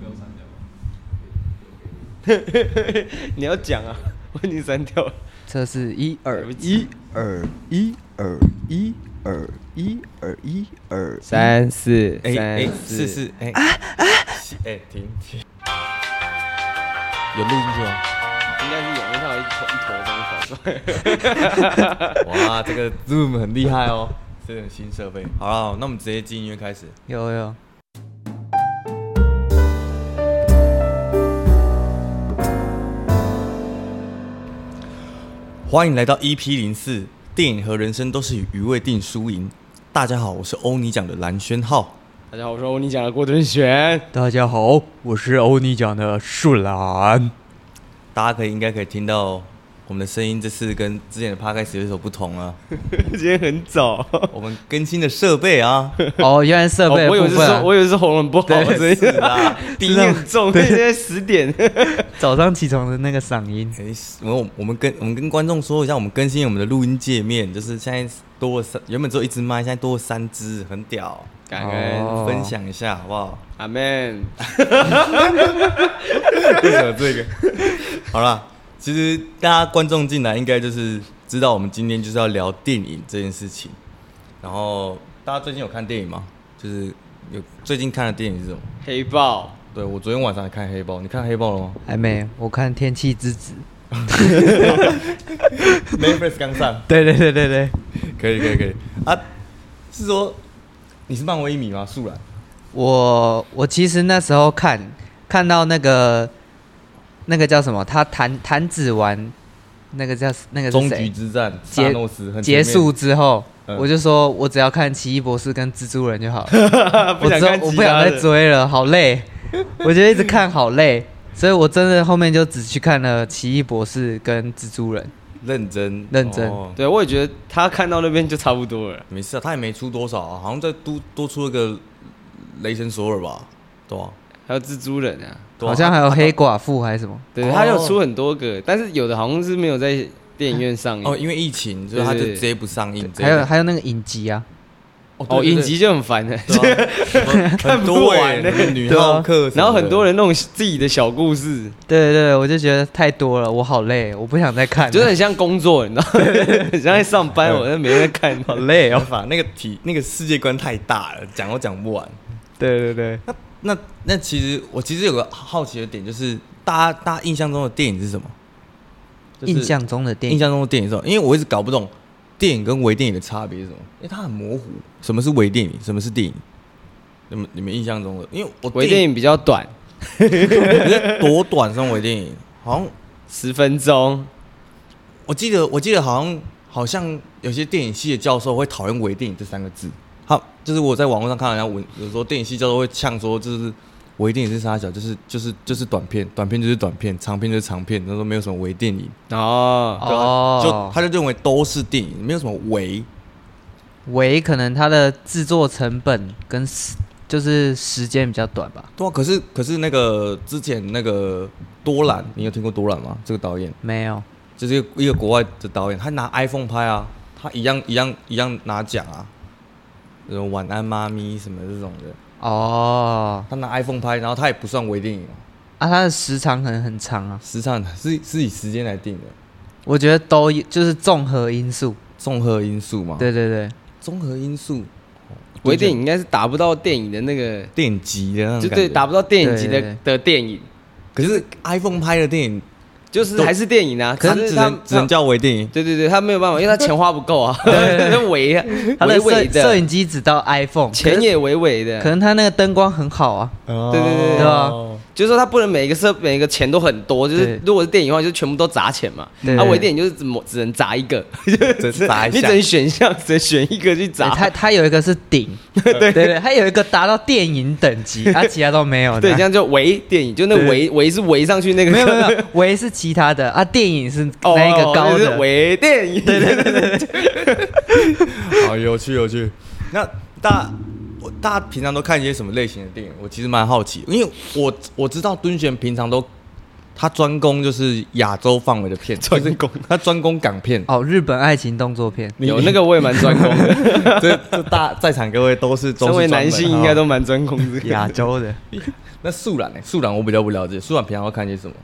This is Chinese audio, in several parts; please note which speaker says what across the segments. Speaker 1: 你要讲啊，我已经删掉了。
Speaker 2: 这是一
Speaker 1: 来
Speaker 2: 二
Speaker 1: 不及
Speaker 2: 一二一二一二一二一二一
Speaker 1: 三四
Speaker 3: 哎
Speaker 1: 三
Speaker 3: 哎，
Speaker 1: 四
Speaker 3: 是是哎，哎停停，有录进去吗？
Speaker 1: 应该是有，因为它有一头一头东西跑出来。
Speaker 3: 哇，这个 Zoom 很厉害哦，这种新设备。好了，那我们直接进音乐开始。
Speaker 2: 有有，
Speaker 3: 欢迎来到 EP 零四，电影和人生都是与余味定输赢。大家好，我是欧尼奖的蓝轩浩。
Speaker 1: 大家好，我是欧尼讲的郭敦玄。
Speaker 2: 大家好，我是欧尼讲的树懒。
Speaker 3: 大家可以应该可以听到我们的声音，这次跟之前的 Podcast 有所不同啊。
Speaker 1: 今天很 早，
Speaker 3: 我们更新的设备 啊，
Speaker 2: 哦，原来设
Speaker 1: 哦
Speaker 2: 备的
Speaker 1: 我以为
Speaker 2: 部
Speaker 1: 是
Speaker 2: 分
Speaker 1: 说，
Speaker 2: 啊，
Speaker 1: 我以为是喉咙不好，
Speaker 2: 对
Speaker 1: 所以
Speaker 3: 是啊，
Speaker 1: 鼻音很重，所以现在十点。
Speaker 2: 早上起床的那个嗓音，
Speaker 3: 哎，我我们跟我们跟观众说一下，我们更新我们的录音界面，就是现在多了三，原本只有一只麦，现在多了三只，很屌。
Speaker 1: 感恩
Speaker 2: 哦
Speaker 3: 分享一下好不好？
Speaker 1: 阿 man，
Speaker 3: 为什么这个？好啦，其实大家观众进来应该就是知道我们今天就是要聊电影这件事情。然后大家最近有看电影吗？就是有最近看的电影是什么？
Speaker 1: 黑豹，
Speaker 3: 对我昨天晚上还看《黑豹》，你看《黑豹》了 吗
Speaker 2: 还没，我看《天气之子》。
Speaker 3: ？Netflix 刚上，
Speaker 2: 对对对对对，
Speaker 3: 可以可以可以啊！是说你是漫威迷吗？素然，
Speaker 2: 我我其实那时候看看到那个那个叫什么，他弹弹指完那个叫那个是
Speaker 3: 终局
Speaker 2: 谁？
Speaker 3: 之战，
Speaker 2: 结
Speaker 3: 萨诺斯很前
Speaker 2: 结
Speaker 3: 面
Speaker 2: 束之后，
Speaker 3: 嗯
Speaker 2: 我就说我只要看奇异博士跟蜘蛛人就好了，
Speaker 1: 不想看
Speaker 2: 我之后我
Speaker 1: 其
Speaker 2: 不
Speaker 1: 他
Speaker 2: 想再
Speaker 1: 的。
Speaker 2: 追了，好累， 我就一直看好累，所以我真的后面就只去看了奇异博士跟蜘蛛人。
Speaker 3: 认真
Speaker 2: 认真
Speaker 3: 哦
Speaker 1: 对，我也觉得他看到那边就差不多了。
Speaker 3: 没事啊，他也没出多少、啊，好像再多多出了个雷神索尔吧，对吧、
Speaker 1: 还有蜘蛛人啊，
Speaker 3: 对啊
Speaker 2: 好像还有黑寡妇还是什么？
Speaker 1: 对，
Speaker 3: 哦
Speaker 1: 他有出很多个，但是有的好像是没有在电影院上映。
Speaker 3: 哦，因为疫情，所以他就直接不上映。
Speaker 2: 还有还有那个影集啊，
Speaker 1: 哦，影集就很烦的。
Speaker 3: 啊 看
Speaker 1: 不完呢
Speaker 3: 欸
Speaker 2: 欸
Speaker 3: 女
Speaker 2: 啊
Speaker 3: 浩克，
Speaker 1: 然后很多人弄自己的小故事，
Speaker 2: 对对对，我就觉得太多了，我好累，我不想再看 了，
Speaker 1: 就是很像工作，你知道，吗？很像在上班，我在每天在 看。
Speaker 3: 好累哦，把那个体那个世界观太大了，讲都讲不完。
Speaker 2: 对对对，
Speaker 3: 那那那其实我其实有个好奇的点，就是大家大家印象中的电影是什么？就是
Speaker 2: 印象中的电影
Speaker 3: 印，象中的电影是什么？因为我一直搞不懂电影跟微电影的差别是什么，因为它很模糊。什么是微电影？什么是电影？你们你们印象中的？因为我
Speaker 1: 微电影比较短，
Speaker 3: 我觉得多短算微电影？好像
Speaker 1: 十分钟。
Speaker 3: 我记得，我记得好像好像有些电影系的教授会讨厌“微电影”这三个字。他就是我在网络上看到人家文，有时候电影系教授会呛说，就是“微电影”是啥小，就是就是就是短片，短片就是短片，长片就是长片。他说没有什么微电影，
Speaker 1: 哦，
Speaker 3: 对啊
Speaker 2: 哦
Speaker 3: 就他就认为都是电影，没有什么微。
Speaker 2: 唯可能它的制作成本跟时就是时间比较短吧。
Speaker 3: 对啊，可是可是那个之前那个多兰，你有听过多兰吗？这个导演
Speaker 2: 没有，
Speaker 3: 就是一个一个国外的导演，他拿 iPhone 拍啊，他一样一样一样拿奖啊，那种晚安妈咪什么这种的。
Speaker 2: 哦，
Speaker 3: 他拿 iPhone 拍，然后他也不算微电影哦，
Speaker 2: 啊，它的时长可能很长啊。
Speaker 3: 时长是是以时间来定的，
Speaker 2: 我觉得都就是综合因素。
Speaker 3: 综合因素嘛。，
Speaker 2: 对对对，
Speaker 3: 综合因素，哦
Speaker 1: 微电影应该是达不到电影的那个，
Speaker 3: 电影级的那种
Speaker 1: 就
Speaker 3: 感觉
Speaker 1: 对，达。不到电影级
Speaker 2: 对对
Speaker 1: 的的电影，
Speaker 3: 可是 iPhone 拍的电影，
Speaker 1: 就是
Speaker 3: 都
Speaker 1: 还是电影啊，可
Speaker 3: 它
Speaker 1: 是
Speaker 3: 只
Speaker 1: 他
Speaker 3: 能只能叫微电影。
Speaker 1: 对对对，他没有办法，因为他钱花不够啊， 那微啊
Speaker 2: 它的
Speaker 1: 微微
Speaker 2: 摄摄
Speaker 1: 的，
Speaker 2: 影机只到 iPhone，
Speaker 1: 钱也微微的，
Speaker 2: 可能它那个灯光很好啊。
Speaker 3: 对
Speaker 1: 对对
Speaker 2: 对啊
Speaker 1: 就是说他不能每个设每个钱都很多，就是
Speaker 2: 对
Speaker 1: 如果是电影的话，就全部都砸钱嘛。
Speaker 2: 对
Speaker 1: 啊，微电影就是只某只能砸一个，
Speaker 3: 只能砸一下
Speaker 1: 你只能选项，只能选一个去
Speaker 2: 对
Speaker 1: 砸。
Speaker 2: 它它有一个是 顶，对对对，它有一个达到电影等级，啊，其他都没有。
Speaker 1: 对，
Speaker 2: 那
Speaker 1: 这样就围电影，就那
Speaker 2: 对
Speaker 1: 围围是围上去那个。
Speaker 2: 没有没有没 有，唯是其他的啊，电影是
Speaker 1: 哦，
Speaker 2: 那一个高
Speaker 1: 就是
Speaker 2: 的。
Speaker 1: 微电影。对对对对，
Speaker 3: 好有趣有趣。那大家我大家平常都看一些什么类型的电影？我其实蛮好奇，因为我我知道敦玄平常都他专攻就是亚洲范围的片，专攻他专攻港片。
Speaker 2: 哦，日本爱情动作片，
Speaker 1: 有那个我也蛮专攻的，
Speaker 3: 这这大在场各位都是都
Speaker 1: 身
Speaker 3: 是
Speaker 1: 为
Speaker 3: 专
Speaker 1: 男
Speaker 3: 门
Speaker 1: 性应该都蛮专攻这个。
Speaker 2: 亚洲的。
Speaker 3: 那素然呢、素然我比较不了解，素然平常会看些什么？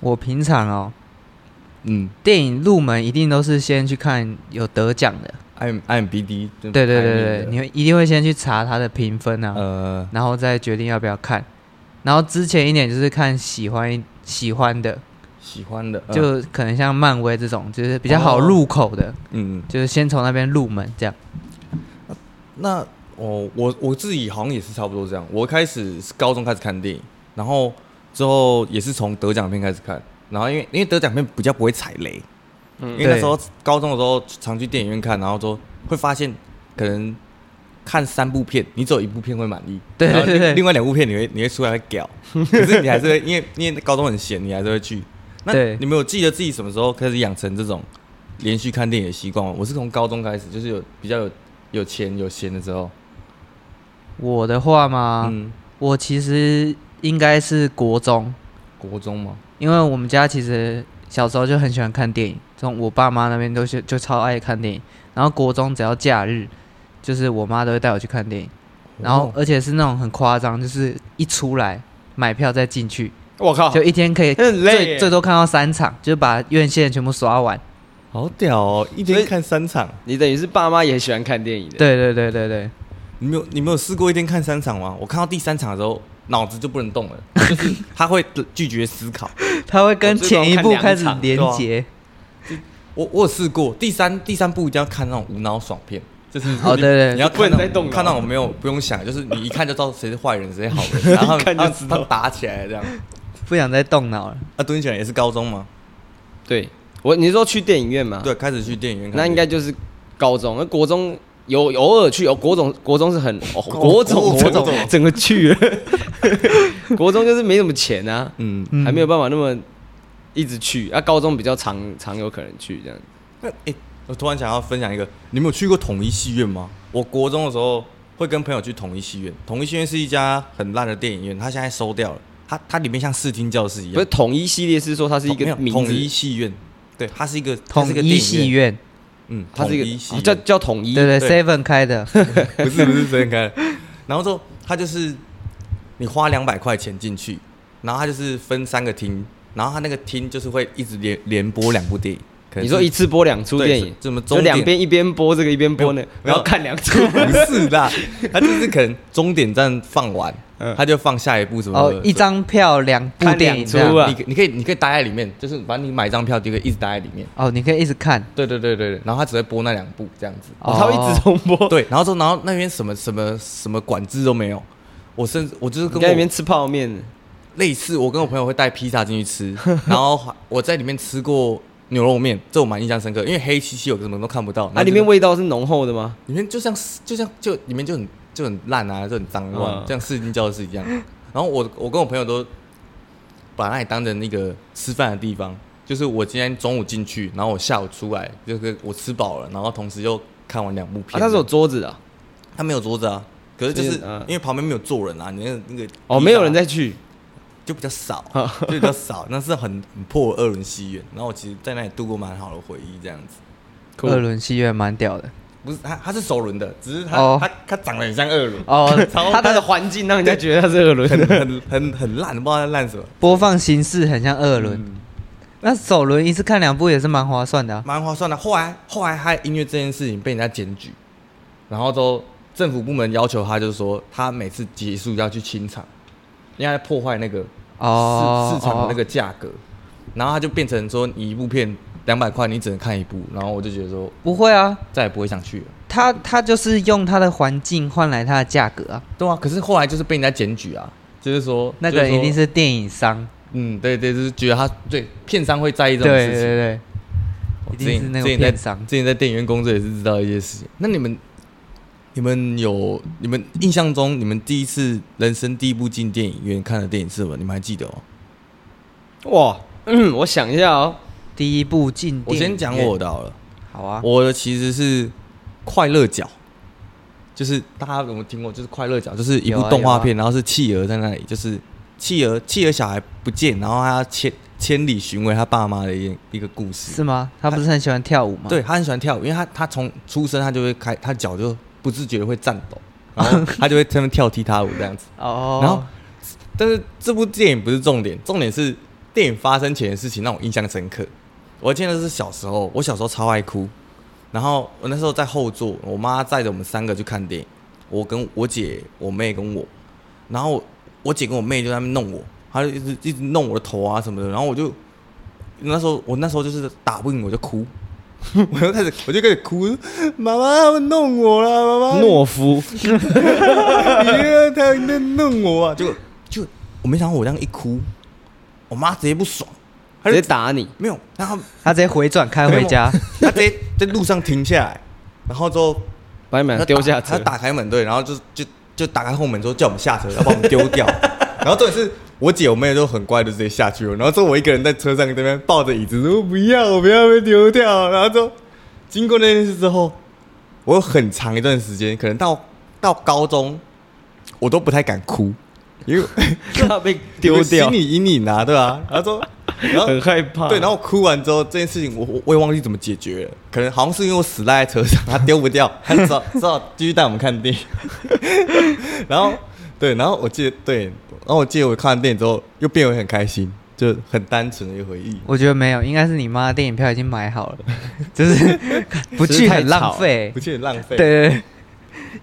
Speaker 2: 我平常哦，
Speaker 3: 嗯
Speaker 2: 电影入门一定都是先去看有得奖的，
Speaker 3: ，I M I M B D，对
Speaker 2: 对对对对，你
Speaker 3: 你
Speaker 2: 会一定会先去查它的评分
Speaker 1: 嗯
Speaker 2: 啊，
Speaker 3: 呃，
Speaker 2: 然后再决定要不要看。然后之前一点就是看喜欢一喜欢的，
Speaker 3: 喜欢的呃
Speaker 2: 就可能像漫威这种，就是比较好
Speaker 3: 哦
Speaker 2: 入口的，
Speaker 3: 嗯，嗯
Speaker 2: 就是先从那边入门这样。
Speaker 3: 那哦，我我自己好像也是差不多这样。我开始是高中开始看电影，然后之后也是从得奖片开始看，然后因为因为得奖片比较不会踩雷，
Speaker 1: 嗯
Speaker 3: 因为那时候高中的时候常去电影院看，然后说会发现可能看三部片，你只有一部片会满意，
Speaker 2: 对
Speaker 3: 然后
Speaker 2: 对对对
Speaker 3: 另外两部片你会你会出来会 屌，可是你还是会因为因为高中很闲，你还是会去。那
Speaker 2: 对
Speaker 3: 你们有记得自己什么时候开始养成这种连续看电影的习惯吗？我是从高中开始，就是有比较有有钱有闲的时候，
Speaker 2: 我的话嘛，
Speaker 3: 嗯，
Speaker 2: 我其实应该是国中，
Speaker 3: 国中嘛，
Speaker 2: 因为我们家其实小时候就很喜欢看电影，从我爸妈那边都是就超爱看电影。然后国中只要假日，就是我妈都会带我去看电影，然后
Speaker 3: 哦
Speaker 2: 而且是那种很夸张，就是一出来买票再进去，
Speaker 1: 我靠，
Speaker 2: 就一天可以
Speaker 1: 哦很累
Speaker 2: 最
Speaker 1: 耶
Speaker 2: 最多看到三场，就是把院线全部刷完。
Speaker 3: 好屌哦，一
Speaker 1: 所
Speaker 3: 天
Speaker 1: 以
Speaker 3: 看三场，
Speaker 1: 你等于是爸妈也喜欢看电影的，，
Speaker 2: 对对对对对，
Speaker 3: 你没有你没有试过一天看三场吗？我看到第三场的时候，脑子就不能动了， 就是他会拒绝思考。
Speaker 2: 他会跟
Speaker 1: 我最多
Speaker 2: 前一
Speaker 1: 看
Speaker 2: 部
Speaker 1: 两
Speaker 2: 开始
Speaker 1: 场
Speaker 2: 连
Speaker 3: 对啊
Speaker 2: 接。
Speaker 3: 我我有试过，第三第三部一定要看那种无脑爽片，就是
Speaker 2: 哦
Speaker 3: 你
Speaker 2: 对对
Speaker 3: 你要看
Speaker 1: 不能
Speaker 3: 那种
Speaker 1: 再动脑
Speaker 3: 看那种没有不用想，就是你一看就知道谁是坏人谁是好人， 然后
Speaker 1: 一看就知道
Speaker 3: 他们打起来这样。
Speaker 2: 不想再动脑了。
Speaker 3: 啊，蹲起来也是高中吗？
Speaker 1: 对我你说去电影院嘛，，
Speaker 3: 对，开始去电影院看
Speaker 1: 啊那
Speaker 3: 电影，
Speaker 1: 应该就是高中，那国中有有偶尔去，有国中国中是很哦
Speaker 3: 国
Speaker 1: 国
Speaker 3: 中
Speaker 1: 中国
Speaker 3: 国
Speaker 1: 中
Speaker 3: 中
Speaker 1: 整个去了， 国中就是没什么钱啊，
Speaker 3: 嗯，
Speaker 2: 嗯
Speaker 1: 还没有办法那么一直去啊。高中比较常常有可能去这样。
Speaker 3: 那哎、我突然想要分享一个，你们有去过统一戏院吗？我国中的时候会跟朋友去统一戏院，统一戏院是一家很烂的电影院，它现在收掉了，它它里面像视听教室一
Speaker 1: 不是
Speaker 3: 样，
Speaker 1: 统一系列是说它是一
Speaker 3: 没
Speaker 1: 个
Speaker 3: 有
Speaker 1: 名
Speaker 3: 统一
Speaker 1: 字，
Speaker 3: 戏院，对，它是一个它
Speaker 2: 统
Speaker 3: 是一个
Speaker 2: 一
Speaker 3: 电
Speaker 2: 戏
Speaker 3: 影院，
Speaker 2: 院，
Speaker 3: 嗯，
Speaker 1: 它是一
Speaker 3: 统一戏
Speaker 1: 个、哦
Speaker 3: 院
Speaker 1: 叫叫统一，
Speaker 2: 对对
Speaker 3: 对
Speaker 2: ，Seven 开的，
Speaker 3: 不是不是真开的。然后之后他就是你花两百块钱进去，然后他就是分三个厅，然后他那个厅就是会一直连连播两部电影。可能
Speaker 1: 你说
Speaker 3: 是
Speaker 1: 一次播两出
Speaker 3: 对
Speaker 1: 电
Speaker 3: 是
Speaker 1: 影，
Speaker 3: 怎么
Speaker 1: 就
Speaker 3: 终点
Speaker 1: 两边一边播这个一边播那
Speaker 3: 没
Speaker 1: 个，
Speaker 3: 有没有。
Speaker 1: 然后看两出
Speaker 3: 不是啦，他就是可能终点站放完，
Speaker 1: 嗯
Speaker 3: 他就放下一部什么
Speaker 2: 哦，一张票两部
Speaker 1: 看
Speaker 2: 电
Speaker 1: 两
Speaker 2: 影这样
Speaker 1: 出。啊
Speaker 3: 你你可以你可以待在里面，就是反正你买一张票就可以一直待在里面。
Speaker 2: 哦，你可以一直看。
Speaker 3: 对对对对对，然后他只会播那两部这样子。
Speaker 1: 哦，他会一直重播，
Speaker 3: 对，然后之后然后那边什么什么什么管制都没有，我甚至我就是
Speaker 1: 你
Speaker 3: 跟
Speaker 1: 在
Speaker 3: 我啊
Speaker 1: 里面吃泡面，
Speaker 3: 类似，我跟我朋友会带披萨进 去吃，然后还我在里面吃过牛肉面，这我蛮印象深刻，因为黑漆漆有什么都看不到。然
Speaker 1: 啊，
Speaker 3: 后
Speaker 1: 里
Speaker 3: 就是
Speaker 1: 面味道是浓厚的吗？
Speaker 3: 里面就像就像就里面就很就很烂啊，就很脏乱，
Speaker 1: 嗯
Speaker 3: 像四金教室 一样。然后我我跟我朋友都把那里当成那个吃饭的地方，就是我今天中午进去，然后我下午出来，就是我吃饱了，然后同时又看完两部
Speaker 1: 啊，
Speaker 3: 片。
Speaker 1: 它是有桌子的啊，
Speaker 3: 他没有桌子啊，可是就是
Speaker 1: 就是嗯
Speaker 3: 因为旁边没有坐人啊，你那个那个
Speaker 1: 哦，没有人在哦去，
Speaker 3: 就比较少，就比较少，那是很很破的二轮戏院。然后我其实在那里度过蛮好的回忆，这样子。
Speaker 1: 酷
Speaker 2: 二轮戏院蛮屌的。
Speaker 3: 不是它，它是首轮的，只是它、
Speaker 2: 哦
Speaker 3: 它它长得很像二轮，
Speaker 2: 哦，
Speaker 1: 它
Speaker 2: 它
Speaker 1: 呃它的
Speaker 2: 的
Speaker 1: 环境让人家觉得它是二 轮
Speaker 3: 很
Speaker 1: 的，
Speaker 3: 很很很烂，不知道在烂什么。
Speaker 2: 播放形式很像二
Speaker 3: 嗯
Speaker 2: 轮，那首轮一次看两部也是蛮划算的啊。
Speaker 3: 蛮划算的。后来后来他音乐这件事情被人家检举，然后都政府部门要求他，就是说他每次结束要去清场，因为他破坏那个市、
Speaker 2: 哦
Speaker 3: 市场的那个价格，然后他就变成说你一部片两百块，你只能看一部，然后我就觉得说
Speaker 2: 不会啊，
Speaker 3: 再也不会想去了。
Speaker 2: 它它就是用它的环境换来它的价格啊。
Speaker 3: 对啊，可是后来就是被人家检举啊，就是说
Speaker 2: 那个人一定
Speaker 3: 就是说
Speaker 2: 是电影商，
Speaker 3: 嗯，对对，就是觉得他对片商会在意这
Speaker 2: 对
Speaker 3: 种事
Speaker 2: 对
Speaker 3: 情。
Speaker 2: 对，
Speaker 3: 我
Speaker 2: 一定是那种
Speaker 3: 之前在
Speaker 2: 片商
Speaker 3: 之前在电影院工作也是知道一些事情。那你们，你们有你们印象中，你们第一次人生第一部进电影院看的电影是什么？你们还记得哦？
Speaker 1: 哇，嗯，我想一下哦，
Speaker 2: 第一部进
Speaker 3: 我
Speaker 2: 电影
Speaker 3: 先
Speaker 2: 院
Speaker 3: 讲我的好了，
Speaker 2: 好啊，
Speaker 3: 我的其实是《快乐角》，就是大家有没有听过？就是《快乐角》，就是一
Speaker 2: 有
Speaker 3: 部
Speaker 2: 啊
Speaker 3: 动画片，然后是企鹅在那里，就是企鹅企鹅小孩不见，然后他要千千里寻回他爸妈的一一个故事。
Speaker 2: 是吗？他不是很喜欢跳舞吗？
Speaker 3: 对他很喜欢跳舞，因为他他从出生他就会开，他脚就不自觉地会颤抖，然后他就会在那边跳踢踏舞这样子。
Speaker 2: 哦，
Speaker 3: 然后，但是这部电影不是重点，重点是电影发生前的事情让我印象深刻。我记得是小时候，我小时候超爱哭，然后我那时候在后座，我妈载着我们三个去看电影，我跟我姐、我妹跟我，然后我姐跟我妹就在那边弄我，她就一直一直弄我的头啊什么的，然后我就那时候我那时候就是打不赢我就哭， 我就开始我就开始哭，妈妈他们弄我了，妈妈
Speaker 1: 懦夫，
Speaker 3: 你他在弄我啊！就就我没想到我这样一哭，我妈直接不爽，她
Speaker 1: 直
Speaker 3: 就
Speaker 1: 接打你，
Speaker 3: 没有，然后
Speaker 2: 他直接回转开回家，
Speaker 3: 她直接在路上停下来，然后之后
Speaker 1: 把你们
Speaker 3: 她
Speaker 1: 俩丢下
Speaker 3: 她
Speaker 1: 车，
Speaker 3: 打开门对，然后就就就打开后门之后叫我们下车，要把我们丢 掉。然后重点是我姐我妹都很乖，就直接下去了。然后之后我一个人在车上这边抱着椅子说不要，我不要被丢掉。然后之后经过那件事之后，我有很长一段时间，可能到到高中，我都不太敢哭，因为。
Speaker 1: 他被丢
Speaker 3: 有
Speaker 1: 掉
Speaker 3: 个，心理阴影啊，对吧、然后说，然后
Speaker 1: 很害怕。
Speaker 3: 对，然后我哭完之后，这件事情我我我也忘记怎么解决了，可能好像是因为我死赖在车上，他丢不掉， 他只好只好继续带我们看电影。 然后对，然后我记得对，然后我记得我看完电影之后又变得很开心，就很单纯的一个回忆。
Speaker 2: 我觉得没有，应该是你妈的电影票已经买好 了，就是不去很浪费
Speaker 3: 不。去浪费。
Speaker 2: 对对对，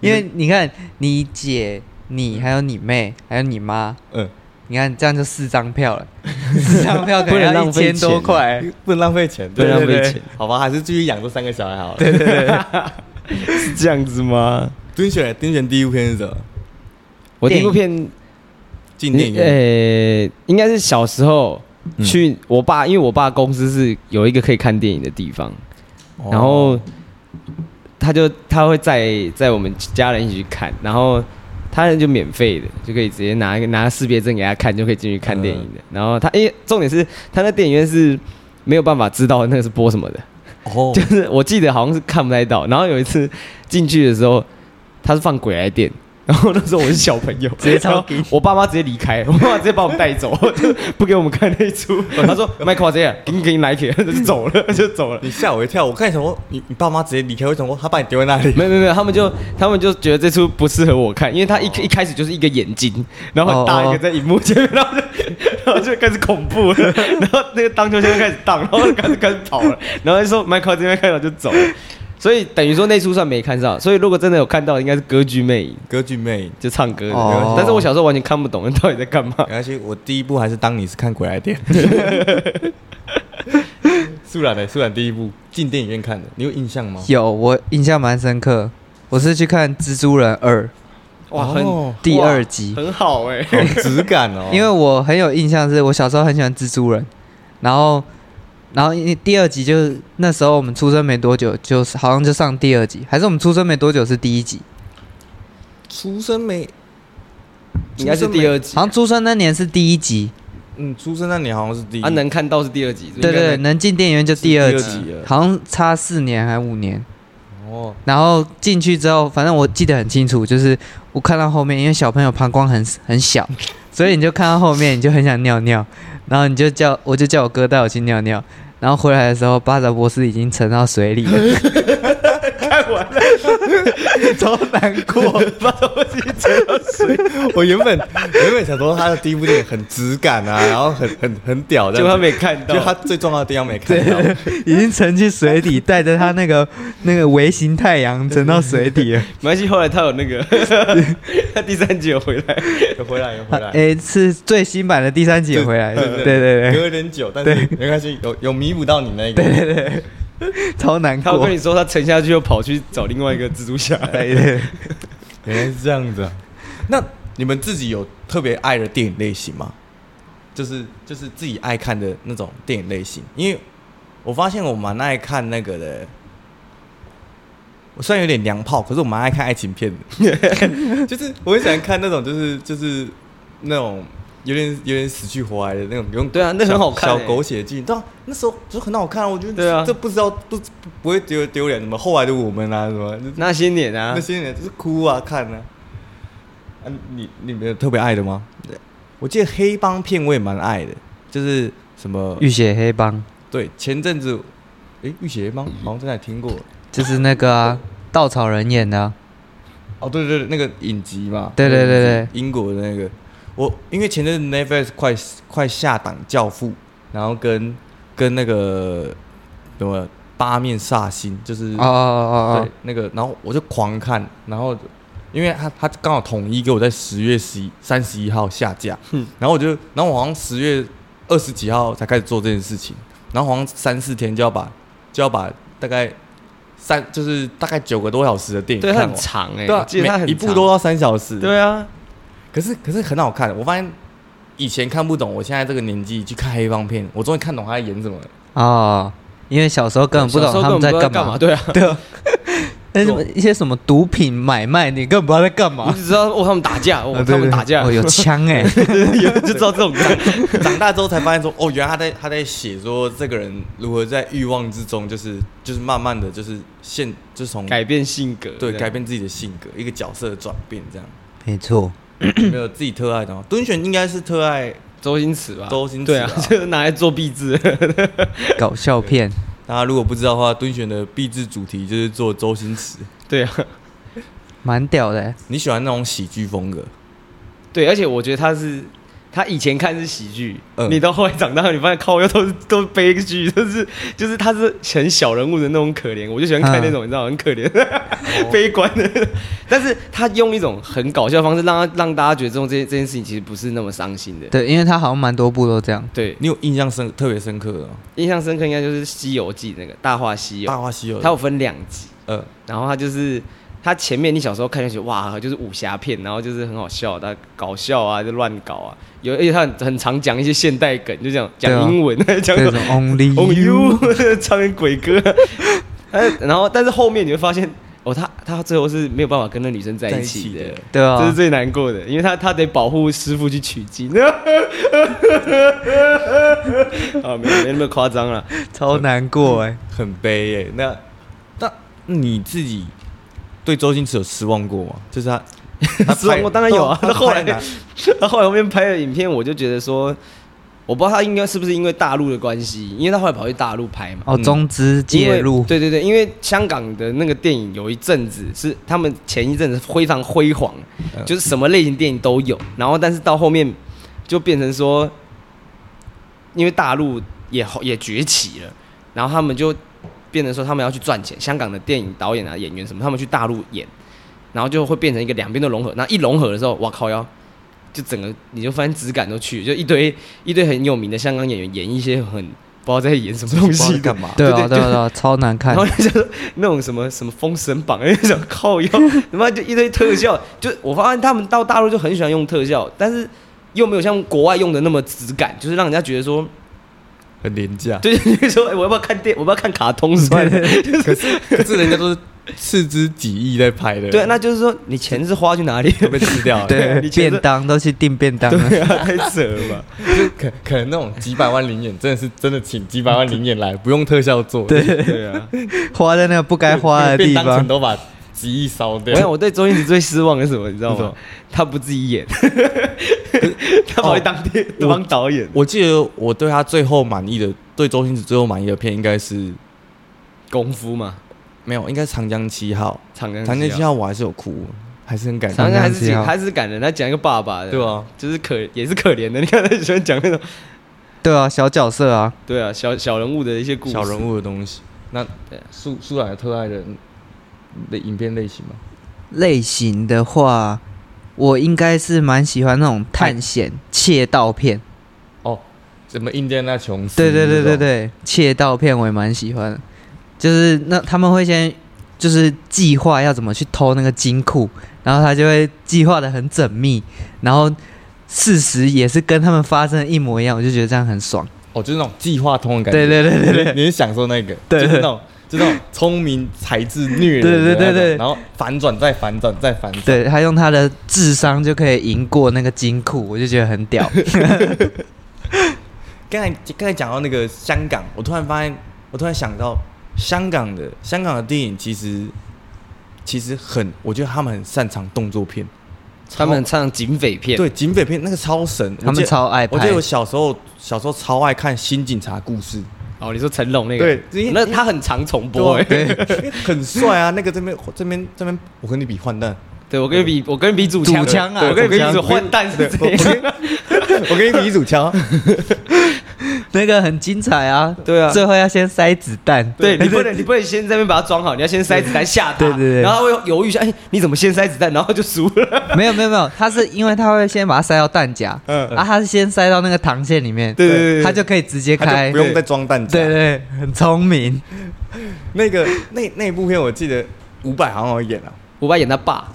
Speaker 2: 因为你看你姐、你还有你妹还有你妈，
Speaker 3: 嗯，
Speaker 2: 你看这样就四张票了， 四张票可
Speaker 1: 不
Speaker 2: 能
Speaker 1: 能
Speaker 2: 要一
Speaker 1: 浪费
Speaker 2: 千
Speaker 1: 钱
Speaker 2: 多块。
Speaker 3: 不能浪费钱，
Speaker 1: 不能
Speaker 3: 对对
Speaker 1: 浪费
Speaker 3: 对
Speaker 1: 钱
Speaker 3: 好吧，还是继续养这三个小孩好了。对对，
Speaker 1: 是这样子吗？
Speaker 3: 丁选丁选第一部片是什么？
Speaker 1: 我第一部片
Speaker 3: 进电影
Speaker 1: 呃、
Speaker 3: 院。
Speaker 1: 应该是小时候
Speaker 3: 嗯
Speaker 1: 去我爸，因为我爸公司是有一个可以看电影的地方，然
Speaker 3: 哦
Speaker 1: 后他就他会载载我们家人一起去看，然后他人就免费的，就可以直接拿一个拿识别证给他看，就可以进去看电影的。然后他因为重点是他那电影院是没有办法知道那个是播什么的，
Speaker 3: 哦
Speaker 1: 就，是我记得好像是看不太到。然后有一次进去的时候，他是放鬼来电。然后那时候我是小朋友，
Speaker 2: 直接超
Speaker 1: 然后我爸妈直接离开，我爸妈直接把我们带走，就不给我们看那一出。他说：“麦克这样，给你给你来去， 就走了，就走了。”
Speaker 3: 你吓我一跳，我看你什么？你你爸妈直接离开，为什么他把你丢在那里？
Speaker 1: 没有没有没有，他们就他们就觉得这出不适合我看，因为他一、
Speaker 2: 哦
Speaker 1: 一开始就是一个眼睛，然后很大一个在荧幕前面，然后就 然后就开始恐怖了， 然后那个荡秋千就开始荡，然后就开始开始跑了， 然后就说 Michael 这边看到就走了，所以等于说那出算没看上，所以如果真的有看到，应该是歌剧魅影，
Speaker 3: 歌剧魅影，
Speaker 1: 就唱歌的，
Speaker 2: 哦
Speaker 1: 但是我小时候完全看不懂到底在干嘛，
Speaker 3: 没关系，我第一部还是当你是看鬼来电。素然的、素然第一部进电影院看的，你有印象吗？
Speaker 2: 有，我印象蛮深刻，我是去看《蜘蛛人二》
Speaker 1: 哇，很、
Speaker 3: 哦
Speaker 2: 第
Speaker 1: 哇
Speaker 2: 二集，，
Speaker 1: 很好哎、
Speaker 3: 好质感哦
Speaker 2: 因为我很有印象是，我小时候很喜欢蜘蛛人，然后，然后因为第二集就是那时候我们出生没多久，就是好像就上第二集，还是我们出生没多久是第一集，
Speaker 3: 出生没，
Speaker 1: 应该是第二集
Speaker 2: 好，像出生那年是第一集，
Speaker 3: 嗯，出生那年好像是第一，
Speaker 1: 啊能看到是第二集，
Speaker 2: 对对对，能进电影院就第二
Speaker 1: 是第二集
Speaker 2: 集
Speaker 1: 了，
Speaker 2: 好像差四年还五年，
Speaker 3: 哦，
Speaker 2: 然后进去之后，反正我记得很清楚，就是我看到后面，因为小朋友膀胱很很小，所以你就看到后面，你就很想尿尿，然后你就叫我就叫我哥带我去尿尿，然后回来的时候，巴扎博士已经沉到水里了，
Speaker 3: 超难过，把我自己沉到水。我原本我原本想说他的第一部电影很质感 啊，然后很很很屌的，
Speaker 1: 就他没看到，
Speaker 3: 就他最重要的地方没看到。
Speaker 2: 已经沉去水底，带着他那个那个微型太阳沉到水底了。
Speaker 1: 没关系，后来他有那个，他第三集有回来，
Speaker 3: 有回来，有回
Speaker 2: 他
Speaker 3: 来。
Speaker 2: 诶，哎是最新版的第三集也回来了， 对对对
Speaker 3: 隔有点久，但是没关系，有有弥补到你那个。对对对，
Speaker 2: 超难
Speaker 1: 他有
Speaker 2: 过
Speaker 1: 跟。你说他沉下去又跑去找另外一个蜘蛛侠，
Speaker 2: 对对
Speaker 3: 原来是这样子啊。那你们自己有特别爱的电影类型吗？就是就是自己爱看的那种电影类型，因为我发现我蛮爱看那个的。我虽然有点娘炮，可是我蛮爱看爱情片的， 就是我很喜欢看那种，就是就是那种有点有点死去活来的那种，用
Speaker 1: 对啊那很好看
Speaker 3: 小
Speaker 1: 欸
Speaker 3: 狗血剧，对啊，那时候就很好看啊，我觉得
Speaker 1: 对啊
Speaker 3: 这不知道不不会丢丢脸，什么后来的我们啊，什么就是
Speaker 1: 那些年啊
Speaker 3: 那，些人就是哭啊看啊。啊，你你们有特别爱的吗？我记得黑帮片我也蛮爱的，就是什么
Speaker 2: 浴血黑帮
Speaker 3: 对，前阵子诶，浴血黑帮好像在哪里听过
Speaker 2: 就是那个啊，稻草人演的啊、
Speaker 3: 哦，对对对，那个影集嘛，
Speaker 2: 对对对对
Speaker 3: 英国的那个，我因为前阵子 Netflix 快快下档《教父》，然后跟跟那个什么八面煞星，就是
Speaker 1: 嗯
Speaker 2: 哦哦
Speaker 1: 啊
Speaker 2: 哦
Speaker 3: 对，那个，然后我就狂看，然后因为他他刚好统一给我在十月十一三十一号下架，然后我就，然后我好像十月二十几号才开始做这件事情，然后好像三四天就要把就要把大概三就是大概九个多小时的电影
Speaker 1: 对，
Speaker 3: 看
Speaker 1: 它
Speaker 3: 完，
Speaker 1: 很长哎，
Speaker 3: 对
Speaker 1: 我
Speaker 3: 啊，
Speaker 1: 记得它很
Speaker 3: 每一部
Speaker 1: 长
Speaker 3: 都要三小时，，
Speaker 1: 对啊，
Speaker 3: 可是可是很好看，我发现以前看不懂，我现在这个年纪去看黑帮片，我终于看懂他在演什么了。
Speaker 2: 哦哦，因为小时候根本不
Speaker 1: 小时
Speaker 2: 懂
Speaker 1: 候
Speaker 2: 他们在
Speaker 1: 根本不知道
Speaker 2: 干
Speaker 1: 干嘛，
Speaker 2: 嘛，
Speaker 1: 对啊，
Speaker 2: 对 啊，那什么一些什么毒品买卖，你根本不知道在干嘛
Speaker 1: 你。只知道哦他们打架，哦
Speaker 2: 啊
Speaker 1: 他
Speaker 2: 对
Speaker 1: 们
Speaker 2: 对
Speaker 1: 打架，
Speaker 2: 哦有枪哎，
Speaker 1: 有 就知道这种感觉，
Speaker 3: 长大之后才发现说，哦，原来他在他在写说这个人如何在欲望之中，就是就是慢慢的就是现就是从
Speaker 1: 改变性格，
Speaker 3: 对
Speaker 1: 这样
Speaker 3: 改变自己的性格，一个角色的转变这样。
Speaker 2: 没错，
Speaker 3: 没有自己特爱的吗？敦选应该是特爱，
Speaker 1: 周星驰吧，
Speaker 3: 周星驰
Speaker 1: 对啊
Speaker 3: 啊，
Speaker 1: 就是拿来做壁纸，
Speaker 2: 搞笑片，
Speaker 3: 大家如果不知道的话，敦选的必制主题就是做周星驰。
Speaker 1: 对啊，
Speaker 2: 蛮屌的欸。
Speaker 3: 你喜欢那种喜剧风格？
Speaker 1: 对，而且我觉得他是。他以前看是喜剧，
Speaker 3: 嗯
Speaker 1: 你到后来长大，你发现靠，又都是都是悲剧，就是就是他是很小人物的那种可怜，我就喜欢
Speaker 3: 嗯
Speaker 1: 看那种、你知道很可怜、
Speaker 3: 哦
Speaker 1: 悲观的，但是他用一种很搞笑的方式，让他让大家觉得这种这件这件事情其实不是那么伤心的。
Speaker 2: 对，因为他好像蛮多部 都这样。
Speaker 1: 对，
Speaker 3: 你有印象深特别深刻的吗？
Speaker 1: 印象深刻应该就是《西游记》那个《大话西游
Speaker 3: 大》，话西游》
Speaker 1: 它有分两集，
Speaker 3: 呃，
Speaker 1: 然后它就是它前面你小时候看下去，哇，就是武侠片，然后就是很好笑，它搞笑啊，就乱搞啊，有而且它很很常讲一些现代梗，就讲讲
Speaker 2: 对啊
Speaker 1: 英文， 讲
Speaker 2: 这
Speaker 1: 什
Speaker 2: 种
Speaker 1: 么
Speaker 2: Only
Speaker 1: Oh
Speaker 2: You，
Speaker 1: You，唱点鬼歌，呃然后但是后面你会发现，哦，他他最后是没有办法跟那女生在一起
Speaker 3: 在一起
Speaker 1: 的
Speaker 3: 的。
Speaker 2: 对
Speaker 1: 这
Speaker 2: 啊
Speaker 1: 是，最难过的，因为他他得保护师傅去取经。 啊，没没那么夸张啊了。
Speaker 2: 超难过哎。
Speaker 3: 很悲耶、那那你自己对周星驰有失望过吗？就 是他，他
Speaker 1: 失望
Speaker 3: 拍
Speaker 1: 过当然 有啊
Speaker 3: 他
Speaker 1: 那后来
Speaker 3: 拍哪
Speaker 1: 然后后来后面拍的影片，我就觉得说，我不知道他应该是不是因为大陆的关系，因为他后来跑去大陆拍嘛。
Speaker 2: 哦，中资
Speaker 1: 嗯因为
Speaker 2: 介入，
Speaker 1: 对对对，因为香港的那个电影有一阵子是他们前一阵子非常辉煌，
Speaker 3: 嗯
Speaker 1: 就是什么类型电影都有，然后但是到后面就变成说，因为大陆也也崛起了，然后他们就变成说他们要去赚钱，香港的电影导演啊、演员什么，他们去大陆演，然后就会变成一个两边都融合，那一融合的时候，哇靠腰！就整个你就发现质感都去了，就一堆一堆很有名的香港演员演一些很不知道在演什么东
Speaker 3: 不知道
Speaker 1: 西
Speaker 3: 在
Speaker 1: 的
Speaker 3: 干，嘛？
Speaker 2: 对啊，
Speaker 1: 对对
Speaker 2: 对啊，对啊，超难 看
Speaker 1: 然后。就是那种什么什么《封神榜》那种靠腰，他妈就一堆特效。就我发现他们到大陆就很喜欢用特效，但是又没有像国外用的那么质感，就是让人家觉得 说，
Speaker 3: 很廉价。
Speaker 1: 对对对，说、哎我要不要看电，我要不要看卡通算了。
Speaker 3: 可是可是人家都是斥资几亿在拍的，
Speaker 1: 对，那就是说你钱是花去哪里？
Speaker 3: 都 被吃掉了。
Speaker 2: 对
Speaker 1: 你，其实
Speaker 2: 便当都去订便当了。
Speaker 1: 对啊，太扯了吧！
Speaker 3: 就可可能那种几百万零演，真的是真的请几百万零演 来，不用特效做，对，
Speaker 1: 对啊，
Speaker 2: 花在那个不该花的
Speaker 3: 便
Speaker 2: 地
Speaker 3: 当成
Speaker 2: 方。
Speaker 3: 都把几亿烧
Speaker 1: 我想
Speaker 3: 掉。
Speaker 1: 我对周星驰最失望的是什么，你知道
Speaker 3: 是什
Speaker 1: 吗
Speaker 3: 么？
Speaker 1: 他不自己演，他跑去当电
Speaker 3: 我
Speaker 1: 当导演。
Speaker 3: 我记得我对他最后满意的，对周星驰最后满意的片应该是
Speaker 1: 功夫嘛，
Speaker 3: 没有，应该是《长江七号
Speaker 1: 长》。江
Speaker 3: 《长江
Speaker 1: 七
Speaker 3: 七
Speaker 1: 号
Speaker 3: 号》我还是有哭，还是很感
Speaker 1: 长
Speaker 3: 动。
Speaker 1: 江还是
Speaker 2: 长江七
Speaker 1: 挺
Speaker 2: 号
Speaker 1: 还是感人，他讲一个爸爸的，
Speaker 3: 对啊，
Speaker 1: 就是可也是可怜的。你 看他喜欢讲那种，
Speaker 2: 对啊，小角色啊，
Speaker 1: 对啊，小小人物的一些故事，
Speaker 3: 小人物的东西。那
Speaker 1: 对啊
Speaker 3: 素素来特爱人的影片类型吗？
Speaker 2: 类型的话，我应该是蛮喜欢那种探险窃盗片。
Speaker 3: 哦，什么印第安纳琼斯？
Speaker 2: 对对对对，对，窃盗片我也蛮喜欢的。就是那他们会先就是计划要怎么去偷那个金库，然后他就会计划的很缜密，然后事实也是跟他们发生的一模一样，我就觉得这样很爽。
Speaker 3: 哦，就是那种计划通的感觉。
Speaker 2: 对对对对对
Speaker 3: 你是享受那个，
Speaker 2: 对
Speaker 3: 就是那种，就是那种聪明才智虐人的
Speaker 2: 对对对
Speaker 3: 那种
Speaker 2: 对
Speaker 3: 然后反转再反转再反转，
Speaker 2: 对他用他的智商就可以赢过那个金库，我就觉得很屌。
Speaker 3: 刚才刚才讲到那个香港，我突然发现，我突然想到香港的香港的电影其实其实很，我觉得他们很擅长动作片，
Speaker 1: 他们唱警匪片，
Speaker 3: 对警匪片那个超神，
Speaker 2: 他
Speaker 3: 我
Speaker 2: 们
Speaker 3: 记得
Speaker 2: 超爱
Speaker 3: 我记
Speaker 2: 拍
Speaker 3: 得我，小时候小时候超爱看《新警察故事》，
Speaker 1: 哦，你说成龙那个，
Speaker 3: 对因为
Speaker 1: 那他很常重播，
Speaker 3: 对
Speaker 1: 哎
Speaker 3: 啊，因为很帅啊！那个这边这边这边，我跟你比换蛋，
Speaker 1: 对我跟你比，我跟你比主
Speaker 2: 主枪啊
Speaker 1: 对我跟你比
Speaker 2: 主枪
Speaker 1: 主换蛋是这
Speaker 4: 对
Speaker 1: 样，
Speaker 4: 我给你比一组 枪，
Speaker 2: 那个很精彩啊！
Speaker 1: 对啊
Speaker 2: 最后要先塞子弹。
Speaker 1: 对你不能，你不能先在那边把它装好，你要先塞子弹吓他，
Speaker 2: 对对对
Speaker 1: 然后他会犹豫一下，哎，你怎么先塞子弹，然后就输了，
Speaker 2: 没有没有没有，他是因为他会先把它塞到弹夹，啊，他是先塞到那个膛线里面，
Speaker 1: 对对对对
Speaker 2: 他就可以直接
Speaker 4: 他
Speaker 2: 开，
Speaker 4: 就不用再装弹夹。
Speaker 2: 对对，对很聪明，
Speaker 4: 那个那那部片我记得伍佰好像有演啊，
Speaker 1: 我爸演他爸，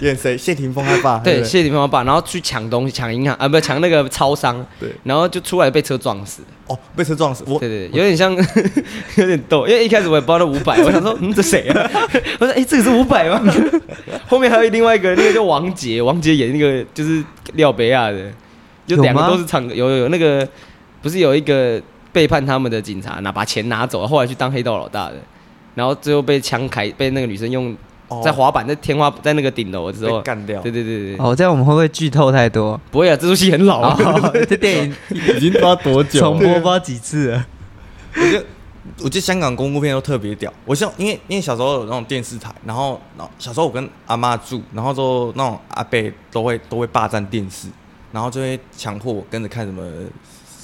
Speaker 4: 演谁？谢霆锋他爸。
Speaker 1: 对，
Speaker 4: 不
Speaker 1: 谢霆锋他爸，然后去抢东西，抢银行啊，不是抢那个超商，
Speaker 4: 对
Speaker 1: 然后就出来被车撞死，
Speaker 4: 哦，被车撞死。我
Speaker 1: 对对对，有点像， 有点逗，因为一开始我也不知道那五百，我想说，嗯，这谁啊？ 我说，哎、这个是五百吗？ 后面还有另外一个，那个叫王杰，王杰演那个就是廖北亚的，就
Speaker 2: 有
Speaker 1: 两个
Speaker 2: 吗
Speaker 1: 都是唱歌，有有有那个不是有一个背叛他们的警察，拿把钱拿走，后来去当黑道老大的，然后最后被枪开，被那个女生用
Speaker 4: 哦
Speaker 1: 在滑板在天花在那个顶楼之后
Speaker 4: 被干掉
Speaker 1: 对对对对，
Speaker 2: 哦，这样我们会不会剧透太多？
Speaker 1: 不会啊，这出戏很 老啊。
Speaker 2: 哦， 这电影
Speaker 4: 已经不知道多久
Speaker 2: 重播不知道几次了。
Speaker 3: 我觉得，我觉得香港公路片都特别屌。我像因为因为小时候有那种电视台，然后然后小时候我跟阿妈住，然后都那种阿伯都会都会霸占电视，然后就会强迫我跟着看什么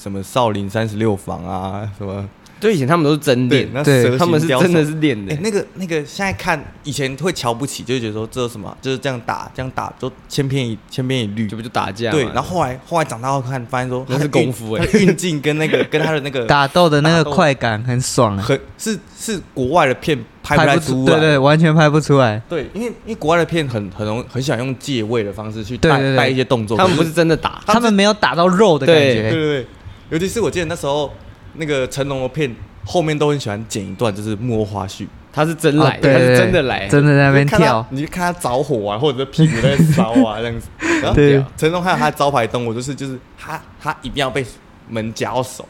Speaker 3: 什么少林三十六房啊什么。
Speaker 1: 对，以前他们都是真
Speaker 4: 对
Speaker 1: 练，，
Speaker 4: 那
Speaker 2: 对
Speaker 4: 蛇形
Speaker 1: 他们是
Speaker 4: 刁手
Speaker 1: 真的是练的、
Speaker 3: 哎、那个那个，现在看以前会瞧不起，就会觉得说这有什么啊就是这样打这样打，都千篇一千篇一律
Speaker 1: 这。不就打架嘛
Speaker 3: 对，然后后来后来长大后看，发现说
Speaker 1: 那是
Speaker 3: 他的运
Speaker 1: 功夫哎
Speaker 3: 他的运镜跟那个跟他的 那个
Speaker 2: 打斗的那个
Speaker 3: 打斗
Speaker 2: 快感很爽啊，
Speaker 3: 很是是国外的片拍不
Speaker 2: 拍
Speaker 3: 太
Speaker 2: 不
Speaker 3: 出
Speaker 2: 出，
Speaker 3: 来，
Speaker 2: 对对，完全拍不出来。
Speaker 3: 对，因为因为国外的片很很容很喜欢用借位的方式去
Speaker 2: 对
Speaker 3: 带
Speaker 2: 对对
Speaker 3: 带一些动作，
Speaker 1: 他们
Speaker 3: 可
Speaker 1: 不是真的打，
Speaker 2: 他们没有打到肉的感
Speaker 3: 对
Speaker 2: 觉，
Speaker 3: 对对，尤其是我记得那时候那个成龙的片后面都很喜欢剪一段就是幕后花絮，
Speaker 1: 他是真
Speaker 2: 哦
Speaker 1: 来，
Speaker 2: 对
Speaker 1: 他
Speaker 2: 对
Speaker 1: 是
Speaker 2: 对
Speaker 1: 真的来，
Speaker 2: 真的在那边
Speaker 4: 你就看他
Speaker 2: 跳，
Speaker 4: 你就看他着火啊，或者是屁股在烧啊这样 子。然后
Speaker 2: 对
Speaker 4: 成龙还有他的招牌动作，就是就是
Speaker 3: 他他一定要被门夹到手，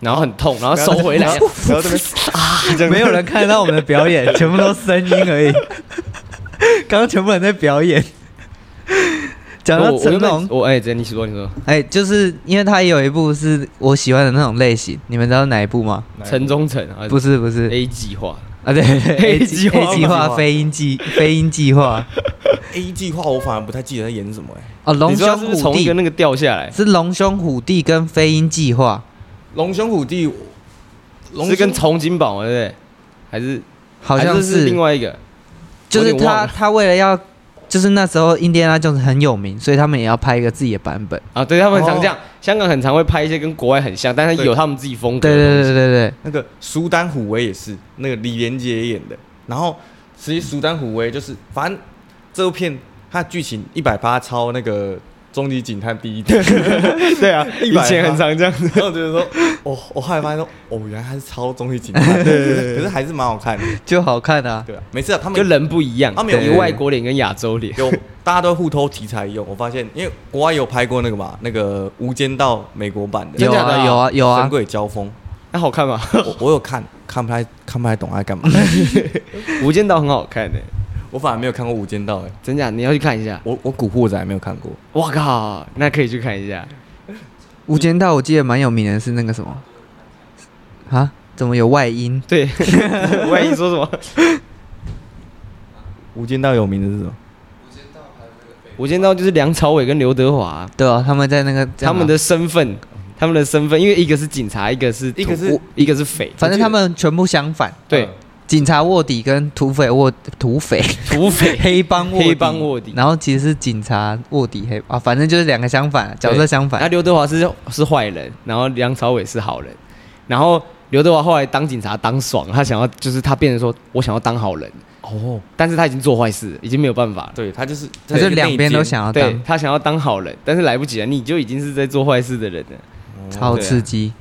Speaker 1: 然后很痛，然后收回
Speaker 4: 然
Speaker 1: 来
Speaker 4: 后，然后这边这样
Speaker 2: 没有人看到我们的表演，全部都声音而已。刚刚全部人在表演。讲
Speaker 1: 我
Speaker 2: 到
Speaker 1: 我
Speaker 2: 成
Speaker 1: 原
Speaker 2: 龙
Speaker 1: 本，我哎，姐你说你说，
Speaker 2: 哎、就是因为他也有一部是我喜欢的那种类型，你们知道哪一部吗？
Speaker 1: 城中城啊，
Speaker 2: 不是不是
Speaker 1: A 计划，
Speaker 2: 啊，对对
Speaker 1: A 计划
Speaker 2: A 计划飞鹰计飞鹰计划
Speaker 3: A 计划我反而不太记得在演什么哎、
Speaker 2: 哦，龙
Speaker 1: 你知道
Speaker 2: 兄
Speaker 1: 是不是
Speaker 2: 虎
Speaker 1: 从一
Speaker 2: 弟
Speaker 1: 个那个掉下来，
Speaker 2: 是龙兄虎弟跟飞鹰计划，
Speaker 3: 龙兄虎弟，龙
Speaker 1: 是跟
Speaker 3: 兄
Speaker 1: 洪金宝嘛对不对？还是
Speaker 2: 好像
Speaker 1: 还是是另外一个，
Speaker 2: 就
Speaker 1: 我
Speaker 2: 是
Speaker 1: 有点忘
Speaker 2: 他
Speaker 1: 了
Speaker 2: 他为了要，就是那时候印第安纳就是很有名，所以他们也要拍一个自己的版本。
Speaker 1: 啊，对他们很常这样，香港很常会拍一些跟国外很像，但是有他们自己风格
Speaker 2: 对
Speaker 1: 的东
Speaker 2: 对对
Speaker 1: 西，
Speaker 2: 对对
Speaker 3: 那个苏丹虎威也是，那个李连杰演的。然后其实苏丹虎威就是，反正这部片它的剧情一百八超那个《终极警探》第一集。
Speaker 1: 对啊，以
Speaker 3: 100
Speaker 1: 前很常这样子，
Speaker 3: 然后我觉得说，我我后来发现说，哦，原来他是超《终极警探》， 可是还是蛮好看的。
Speaker 2: 对，就好看啊。
Speaker 3: 对啊，每次啊，他
Speaker 1: 就
Speaker 3: 们
Speaker 1: 人不一样，
Speaker 3: 他们有
Speaker 1: 对
Speaker 3: 一
Speaker 1: 有外国脸跟亚洲脸，
Speaker 3: 有大家都互偷题材用。我发现，因为国外有拍过那个嘛，那个《无间道》美国版的，
Speaker 1: 真
Speaker 2: 有
Speaker 1: 的假
Speaker 2: 啊
Speaker 1: 的
Speaker 2: 有啊有
Speaker 3: 神
Speaker 2: 啊，
Speaker 3: 鬼交锋，
Speaker 1: 那好看吗？
Speaker 3: 我我有看，看不太看不太懂他在干嘛。
Speaker 1: 《无间道》很好看的，
Speaker 3: 我反而没有看过《无间道》哎，
Speaker 1: 真假？你要去看一下，
Speaker 3: 我我《古惑仔》还没有看过。
Speaker 1: 哇靠，那可以去看一下。
Speaker 2: 无间道我记得蛮有名的是那个什么，啊，怎么有外音？
Speaker 1: 对，万一说什么？
Speaker 3: 《无间道》有名的是什么？
Speaker 1: 我今天知道就是梁朝伟跟刘德华、
Speaker 2: 对啊，他们在那个
Speaker 1: 他们的身份，他们的身份，因为一个是警察，一个是
Speaker 3: 一个
Speaker 1: 土
Speaker 3: 是
Speaker 1: 一个是匪，
Speaker 2: 反正他们全部相反，
Speaker 1: 对
Speaker 2: 警察卧底跟土匪卧土匪
Speaker 1: 土匪
Speaker 2: 黑帮卧底
Speaker 1: 黑帮卧底。
Speaker 2: 然后其实是警察卧底黑啊，反正就是两个相反， 啊角色
Speaker 1: 对
Speaker 2: 相反
Speaker 1: 那。刘德华是是坏人，然后梁朝伟是好人，然后刘德华后来当警察当爽，他想要就是他变成说我想要当好人，
Speaker 3: 哦，
Speaker 1: 但是他已经做坏事了，已经没有办法了。
Speaker 3: 对他就是，
Speaker 2: 他就两边都想要
Speaker 1: 对
Speaker 2: 当，
Speaker 1: 他想要当好人，但是来不及了，你就已经是在做坏事的人了。
Speaker 2: 超
Speaker 1: 对啊
Speaker 2: 刺激。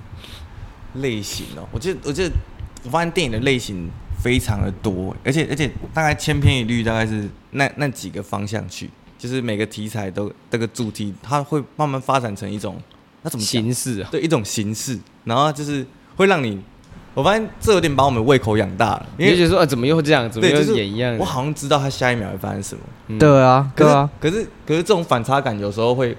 Speaker 3: 类型哦。我记得，我记得，我发现电影的类型非常的多，而且而且大概千篇一律，大概是那那几个方向去，就是每个题材都这个主题，它会慢慢发展成一种那怎么讲
Speaker 1: 形式啊，
Speaker 3: 对一种形式，然后就是会让你，我发现这有点把我们胃口养大了，因
Speaker 1: 你就觉
Speaker 3: 为
Speaker 1: 得说啊，怎么又这样，怎么
Speaker 3: 对，
Speaker 1: 又
Speaker 3: 就是
Speaker 1: 演一样的？
Speaker 3: 我好像知道他下一秒会发生什么。
Speaker 2: 对啊，
Speaker 3: 嗯可
Speaker 2: 对
Speaker 3: 是、
Speaker 2: 啊，
Speaker 3: 可是可是这种反差感有时候会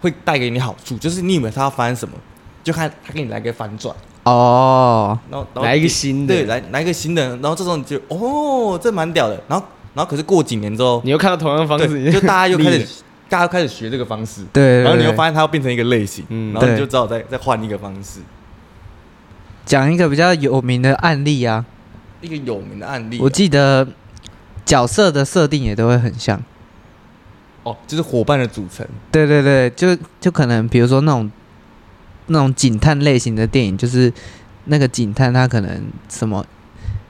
Speaker 3: 会带给你好处，就是你以为他要发生什么，就看他给你来个反转，
Speaker 2: 哦，
Speaker 3: 然后然后
Speaker 1: 来一个新的
Speaker 3: 对，来来一个新的，然后这种你就哦，这蛮屌的，然后。然后可是过几年之后，
Speaker 1: 你又看到同样的方式，
Speaker 3: 对
Speaker 1: 你
Speaker 3: 就大家又开
Speaker 1: 腻
Speaker 3: 始
Speaker 1: 了，
Speaker 3: 大家又开始学这个方式，
Speaker 2: 对对对
Speaker 3: 然后你又发现它要变成一个类型，
Speaker 1: 嗯
Speaker 3: 然后你
Speaker 2: 对
Speaker 3: 就只好再再换一个方式。
Speaker 2: 讲一个比较有名的案例啊，
Speaker 3: 一个有名的案例啊、
Speaker 2: 我记得角色的设定也都会很像。
Speaker 3: 哦，就是伙伴的组成，
Speaker 2: 对对对，就就可能比如说那种那种警探类型的电影，就是那个警探他可能什么，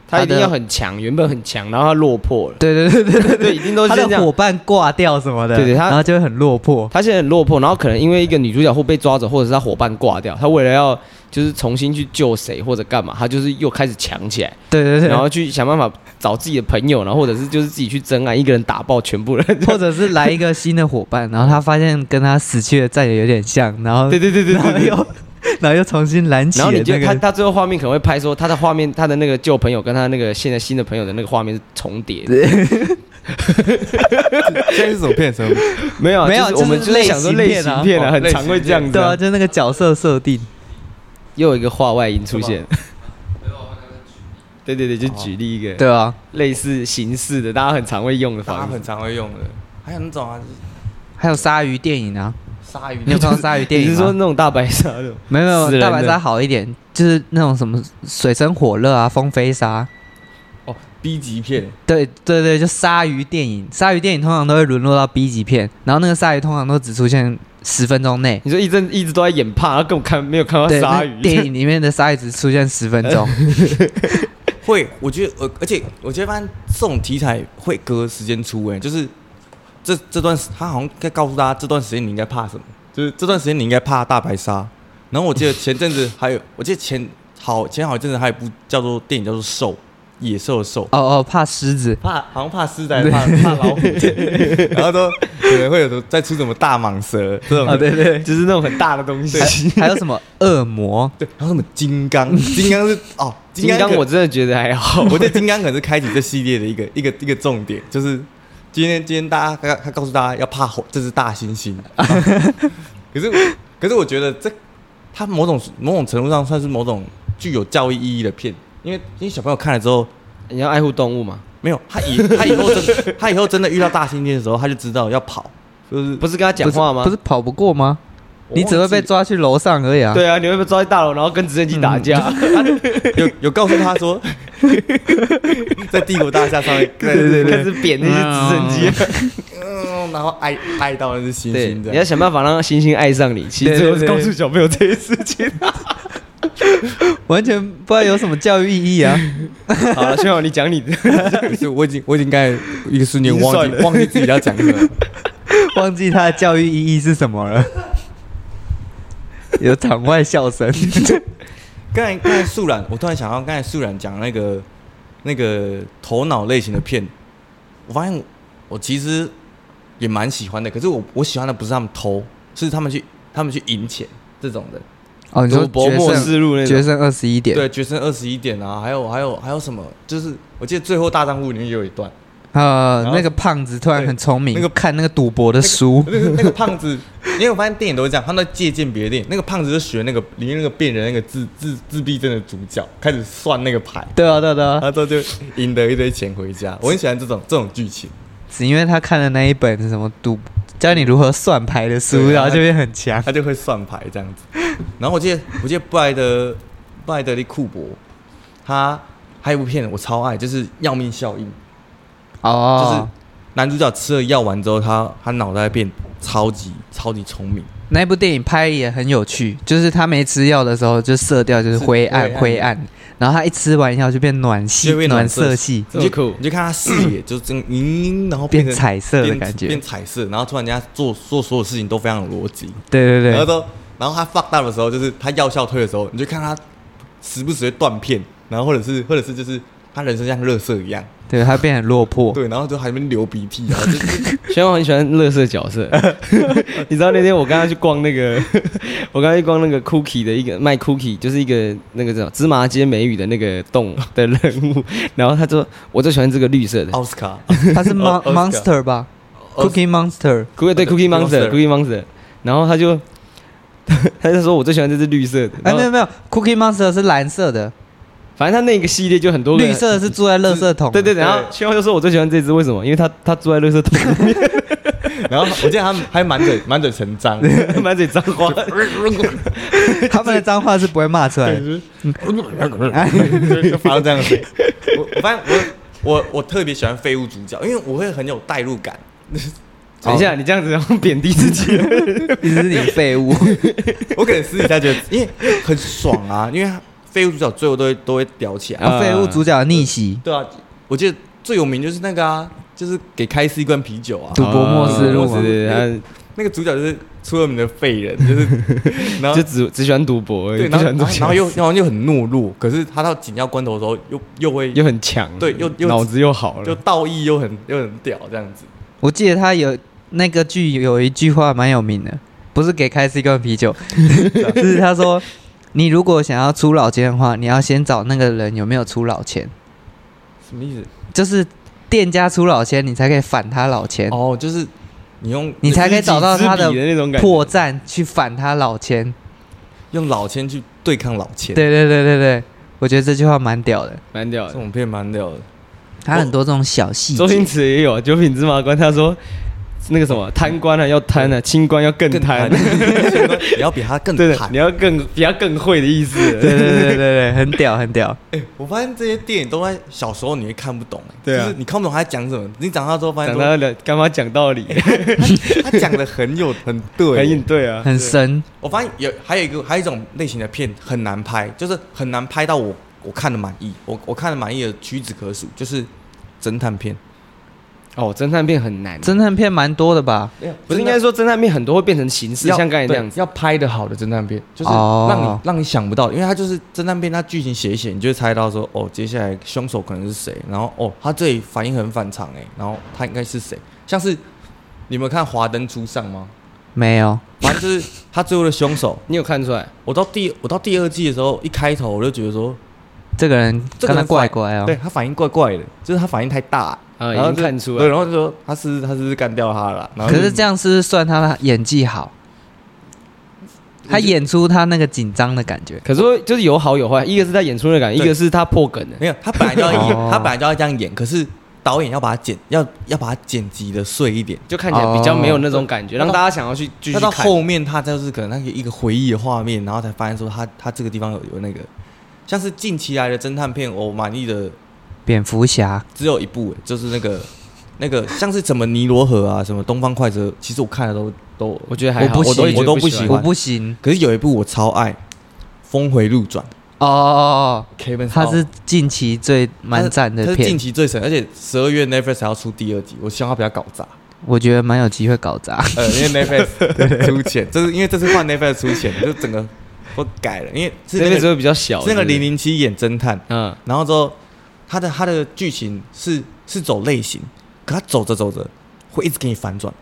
Speaker 1: 他一定
Speaker 2: 他的
Speaker 1: 要很强，原本很强，然后他落魄了，
Speaker 2: 对对对对
Speaker 1: 对，一定都是
Speaker 2: 他
Speaker 1: 这
Speaker 2: 的
Speaker 1: 样
Speaker 2: 伙。伴挂掉什么的，
Speaker 1: 对对他
Speaker 2: 然后就会很落魄。
Speaker 1: 他现在很落魄，然后可能因为一个女主角或被抓走，或者是他伙伴挂掉，他为了要就是重新去救谁或者干嘛，他就是又开始强起来，
Speaker 2: 对对对，
Speaker 1: 然后去想办法找自己的朋友，然后或者是就是自己去真爱，一个人打爆全部人。
Speaker 2: 或者是来一个新的伙伴，然后他发现跟他死去的战友有点像，然后
Speaker 1: 对对对对
Speaker 2: 然后
Speaker 1: 对对。
Speaker 2: 又然后又重新燃起
Speaker 1: 然后
Speaker 2: 了
Speaker 1: 你
Speaker 2: 那
Speaker 1: 就他
Speaker 2: 个，
Speaker 1: 他最后画面可能会拍说他的画面他的那个旧朋友跟他那个现在新的朋友的那个画面是重叠的，
Speaker 4: 现在是怎么变成？
Speaker 1: 没有啊
Speaker 2: 没有
Speaker 1: 就是
Speaker 2: 就是
Speaker 1: 我们就是想说
Speaker 2: 类
Speaker 1: 类
Speaker 2: 型片啊
Speaker 1: 型片啊，
Speaker 4: 哦
Speaker 1: 很常会这样子
Speaker 2: 对
Speaker 1: 啊
Speaker 2: 啊，。就那个角色设定，
Speaker 1: 又有一个话外音出现。对对对，就举例一个
Speaker 2: 对啊，
Speaker 1: 类似形式的，大家很常会用的
Speaker 3: 大家
Speaker 1: 方式
Speaker 3: 很。常会用的。还有那种啊，就是
Speaker 2: 还有鲨鱼电影啊，
Speaker 3: 鲨鱼，
Speaker 2: 你有看过鲨鱼电
Speaker 1: 你
Speaker 2: 影
Speaker 1: 是说
Speaker 2: 吗？
Speaker 1: 那种大白鲨的？
Speaker 2: 没有
Speaker 1: 死
Speaker 2: 没
Speaker 1: 人的
Speaker 2: 有，大白鲨好一点，就是那种什么水深火热啊，风飞沙，
Speaker 3: 哦 B 级片，
Speaker 2: 对对对，就鲨鱼电影，鲨鱼电影通常都会沦落到 B 级片，然后那个鲨鱼通常都只出现十分钟内，
Speaker 1: 你说一阵一直都在演怕，然后根本看没有看到
Speaker 2: 对，
Speaker 1: 啊鲨
Speaker 2: 那
Speaker 1: 鱼。
Speaker 2: 电 影里面的鲨鱼只出现十分钟，
Speaker 3: 会，我觉得，呃，而且我觉得，发现这种题材会隔时间出、欸，哎，就是这这段时，他好像在告诉大家这段时间你应该怕什么，就是这段时间你应该怕大白鲨。然后我记得前阵子还有， 我记得前好前好一阵子还有一部叫做电影叫做《兽》，野兽的兽，
Speaker 2: 哦哦，怕狮子，
Speaker 3: 怕好像怕狮子，还是怕怕老虎，
Speaker 4: 然后说可能会有什么再出什么大蟒蛇这种，
Speaker 1: 啊
Speaker 2: 哦对对，
Speaker 1: 就是那种很大的东西。
Speaker 2: 还还有什么恶魔？
Speaker 3: 对，然后什么金刚，
Speaker 4: 金刚是哦，
Speaker 1: 金刚
Speaker 4: 可
Speaker 1: 我真的觉得还 好，
Speaker 4: 我觉得金刚可能是开启这系列的一个一个一个重点，就是今天今天大家他他告诉大家要怕猴，这是大猩猩。
Speaker 3: 可是，可是我觉得这，它某种某种程度上算是某种具有教育意义的片，因为因为小朋友看了之后，
Speaker 1: 你要爱护动物嘛？
Speaker 3: 没有他以 他以后真他以后真的遇到大猩猩的时候，他就知道要跑，就是
Speaker 1: 不是跟他讲话吗
Speaker 2: 不是？不是跑不过吗？
Speaker 3: 我忘记
Speaker 2: 你只会被抓去楼上而已啊。
Speaker 1: 对啊，你会不会抓在大楼，然后跟直升机打架？
Speaker 3: 有有告诉他说，
Speaker 4: 在帝国大厦上面，
Speaker 1: 开始开始扁那些直升机。
Speaker 3: 嗯，然后爱爱到那是 猩
Speaker 1: 对，
Speaker 3: 猩
Speaker 1: 你
Speaker 3: 这
Speaker 1: 要
Speaker 3: 样，
Speaker 1: 想办法让星星爱上你。其实
Speaker 2: 对
Speaker 1: 最
Speaker 2: 对
Speaker 1: 后是
Speaker 2: 对
Speaker 1: 告诉小朋友这些事情。
Speaker 2: 完全不知道有什么教育意义 啊。
Speaker 1: 好了，幸好你讲你的。
Speaker 3: 可是我已经我已经刚才一个瞬 间
Speaker 1: 已经
Speaker 3: 忘记
Speaker 1: 算了
Speaker 3: 忘记自己要讲什么，
Speaker 2: 忘记它的教育意义是什么了。有场外 笑声，
Speaker 3: 刚才刚才素然，我突然想到刚才素然讲那个那个头脑类型的片，我发现我其实也蛮喜欢的，可是我我喜欢的不是他们偷，是他们去他们去赢钱这种的，
Speaker 2: 哦，你说
Speaker 1: 赌博末世录那
Speaker 2: 决
Speaker 1: 种，
Speaker 2: 胜二十一点，
Speaker 3: 对，决胜二十一点啊，还有还有还有什么，就是我记得最后大账户里面也有一段，
Speaker 2: 呃，
Speaker 3: 后
Speaker 2: 那个胖子突然很聪明，
Speaker 3: 对那个
Speaker 2: 看那个赌博的书，
Speaker 3: 那个那个胖子， 因为我发现电影都是这样，他们在借鉴别的电影，那个胖子就学那个里面那个变人那个自自自闭症的主角，开始算那个牌，
Speaker 2: 对啊，对啊，对
Speaker 3: 然
Speaker 2: 啊，
Speaker 3: 后之后就赢得一堆钱回家，我很喜欢这种这种剧情。
Speaker 2: 只因为他看了那一本什么赌教你如何算牌的书，
Speaker 3: 对啊
Speaker 2: 然后就变很强。
Speaker 3: 他就会算牌这样子。然后我记得，我记得布莱德布莱德利库伯，他还有一部片我超爱，就是《要命效应》，就
Speaker 2: 哦
Speaker 3: 是，男主角吃了药丸之后，他他脑袋变超级超级聪明，
Speaker 2: 那一部电影拍也很有趣，就是他没吃药的时候，就色调就是灰暗
Speaker 3: 是
Speaker 2: 灰
Speaker 3: 灰
Speaker 2: 暗，然后他一吃完药就变暖系
Speaker 3: 就变暖色
Speaker 2: 色系，
Speaker 1: 这么酷
Speaker 3: 你就看他视 野就真嗯，然后
Speaker 2: 变
Speaker 3: 成
Speaker 2: 彩色的
Speaker 3: 变
Speaker 2: 感觉
Speaker 3: 变彩色，然后突然间他做做所有事情都非常有逻辑，
Speaker 2: 对对
Speaker 3: 然后
Speaker 2: 对，
Speaker 3: 都然后他 fuck up 的时候，就是他药效退的时候，你就看他时不时会断片，然后或者是或者是就是他人生像乐色一样。
Speaker 2: 对他变很落 魄。
Speaker 3: 对，然后就还没流鼻涕，然后就
Speaker 1: 虽然我很喜欢乐色角色， 你知道那天我刚刚去逛那个， 我刚刚去逛那个 Cookie 的一个卖 Cookie，就是一个那个叫芝麻街美语的那个动物的人物，然后他说我最喜欢这个绿色的
Speaker 2: 哦
Speaker 3: 奥斯卡，
Speaker 2: 他是 mon
Speaker 3: Oscar
Speaker 2: monster 吧？Cookie Monster，
Speaker 1: Cookie 对 Cookie
Speaker 3: Monster
Speaker 1: Monster，Cookie Monster，然后他就 他就说我最喜欢这只绿色的，
Speaker 2: 哎，
Speaker 1: 然
Speaker 2: 没有
Speaker 1: 后
Speaker 2: 没有，Cookie Monster 是蓝色的，
Speaker 1: 反正他那个系列就很多个
Speaker 2: 绿色的是住在垃圾桶，
Speaker 1: 对对对，然后千万就说我最喜欢这只，为什么？因为他他住在垃圾桶 里面，
Speaker 3: 然后我记得他们还满嘴满嘴成脏，
Speaker 1: 满嘴脏话，
Speaker 2: 哦 他们的脏话是不会骂出来的。
Speaker 3: 就发到这样的声音。我我发现我我我特别喜欢废物主角，因为我会很有代入感。
Speaker 1: 等一下，你这样子然后贬低自己，
Speaker 2: 一直是你废 物，
Speaker 3: 我可能私底下觉得，
Speaker 5: 因为因为很爽啊，因为他废物主角最后都会都会屌起来。
Speaker 1: 啊
Speaker 2: 废物主角的逆袭，
Speaker 3: 对啊，
Speaker 5: 我记得最有名就是那个啊，就是给开司一罐啤酒啊，
Speaker 2: 赌博默示录
Speaker 1: 啊
Speaker 2: 嘛，
Speaker 1: 对对
Speaker 3: 那个主角就是出了名的废人，就是 然
Speaker 1: 他
Speaker 3: 后
Speaker 1: 就只只喜欢赌博而已，
Speaker 3: 啊对，
Speaker 1: 不
Speaker 3: 然
Speaker 1: 喜欢做
Speaker 3: 后然后然后又然后又很懦弱，可是他到紧要关头的时候又又会
Speaker 1: 又很强，
Speaker 3: 对又又
Speaker 1: 脑子又好
Speaker 3: 就
Speaker 1: 了，
Speaker 3: 道义又很又很屌这样子。
Speaker 2: 我记得他有那个剧有一句话蛮有名的，不是给开司一罐 啤酒，是他说你如果想要出老千的话，你要先找那个人有没有出老千，
Speaker 1: 什么意思？
Speaker 2: 就是店家出老千，你才可以反他老千，
Speaker 5: 哦，就是
Speaker 3: 你用
Speaker 2: 你才可以找到他
Speaker 1: 知己知彼的那种感觉
Speaker 2: 破绽去反他老千。
Speaker 3: 用老千去对抗老千，
Speaker 2: 对对对对对，我觉得这句话蛮屌的，
Speaker 1: 蛮屌的。
Speaker 3: 这种片蛮屌的。
Speaker 2: 他很多这种小细
Speaker 1: 周
Speaker 2: 节
Speaker 1: 星。驰也有啊，九品芝麻官，他说那个什
Speaker 3: 哦
Speaker 1: 么贪官啊要贪啊，清官要更贪，
Speaker 3: 你要比他更
Speaker 1: 对的，
Speaker 3: 惨
Speaker 1: 你。要更比他更会的意思。
Speaker 2: 对 对对对对，很屌很屌。
Speaker 3: 我发现这些电影都在小时候你会看不懂，欸
Speaker 1: 对啊
Speaker 3: 就是你看不懂他在讲什么。你长大之后发现
Speaker 1: 讲
Speaker 3: 都，
Speaker 1: 他了，干嘛讲道理，
Speaker 3: 他讲的很有很哎对，
Speaker 1: 很应对啊。
Speaker 2: 很深，
Speaker 3: 我发现有还有一个还有一种类型的片很难拍，就是很难拍到我我看的满意，我我看的满意的屈指可数，就是侦探片。
Speaker 1: 哦，侦探片很难，
Speaker 2: 侦探片蛮多的吧？
Speaker 3: 没有，
Speaker 1: 不是应该说侦探片很多会变成形式，
Speaker 3: 要
Speaker 1: 像刚才那样
Speaker 3: 对
Speaker 1: 子。
Speaker 3: 要拍的好的侦探片，就是
Speaker 2: 哦
Speaker 3: 让你、让你想不到，因为它就是侦探片，它剧情写一写，你就会猜到说，哦，接下来凶手可能是谁，然后哦，他这里反应很反常哎，然后他应该是谁？像是你们看《华灯初上》吗？
Speaker 2: 没有，
Speaker 3: 反正就是他最后的凶手。
Speaker 1: 你有看出来？
Speaker 3: 我到第我到第二季的时候，一开头我就觉得说，
Speaker 2: 这个人跟
Speaker 3: 这个
Speaker 2: 他
Speaker 3: 人
Speaker 2: 怪怪哦
Speaker 3: 对。他反应怪怪的，就是他反应太大，
Speaker 1: 啊
Speaker 3: 然
Speaker 1: 已
Speaker 3: 后就
Speaker 1: 经看出来
Speaker 3: 对，然后就说他是不是他是不是干掉他了啦，然后
Speaker 2: 可
Speaker 3: 就是
Speaker 2: 这样是不是算他的演技好？他演出他那个紧张的感觉。
Speaker 1: 可是会就是有好有坏，一个是他演出的感觉，
Speaker 3: 对
Speaker 1: 一个是他破梗的。
Speaker 3: 没有，他本来就要演，
Speaker 2: 哦
Speaker 3: 他本来就要这样演，可是导演要把它剪，要要把它剪辑的碎一点。
Speaker 1: 就看起来比较没有那种
Speaker 3: 哦
Speaker 1: 感觉，
Speaker 3: 对
Speaker 1: 让大家想要去继续
Speaker 3: 那到
Speaker 1: 看。
Speaker 3: 后面他就是可能那个一个回忆的画面，然后才发现说他他这个地方有有那个，像是近期来的侦探片，我满意的
Speaker 2: 蝙蝠侠
Speaker 3: 只有一部，就是那个那个像是什么尼罗河啊，什么东方快车，其实我看的都都，
Speaker 1: 我觉得还好，
Speaker 2: 我不
Speaker 1: 都
Speaker 2: 喜
Speaker 1: 我
Speaker 3: 我都不喜
Speaker 1: 欢
Speaker 3: 欢
Speaker 2: 我不行
Speaker 3: 可是有一部我超爱，《峰回路转
Speaker 2: 哦哦哦》
Speaker 3: ，Kevin，
Speaker 2: 哦，他
Speaker 3: Small
Speaker 2: 是近期最蛮赞
Speaker 3: 他
Speaker 2: 的
Speaker 3: 是近
Speaker 2: 片，
Speaker 3: 期最神，而且十二月 Netflix 还要出第二集，我希望他不要搞 砸。
Speaker 2: 我觉得蛮有机会搞砸。
Speaker 3: 呃，因为 Netflix 出钱，这是因为这次换 Netflix 出钱，就整个都改了，因为是
Speaker 1: 那
Speaker 3: 那
Speaker 1: 个时
Speaker 3: 个
Speaker 1: 候比较小，
Speaker 3: 是那个
Speaker 1: 是不是
Speaker 3: 零，零七演侦探，
Speaker 1: 嗯，
Speaker 3: 然后之后他的他的剧情是是走类型，可他走着走着会一直给你反转，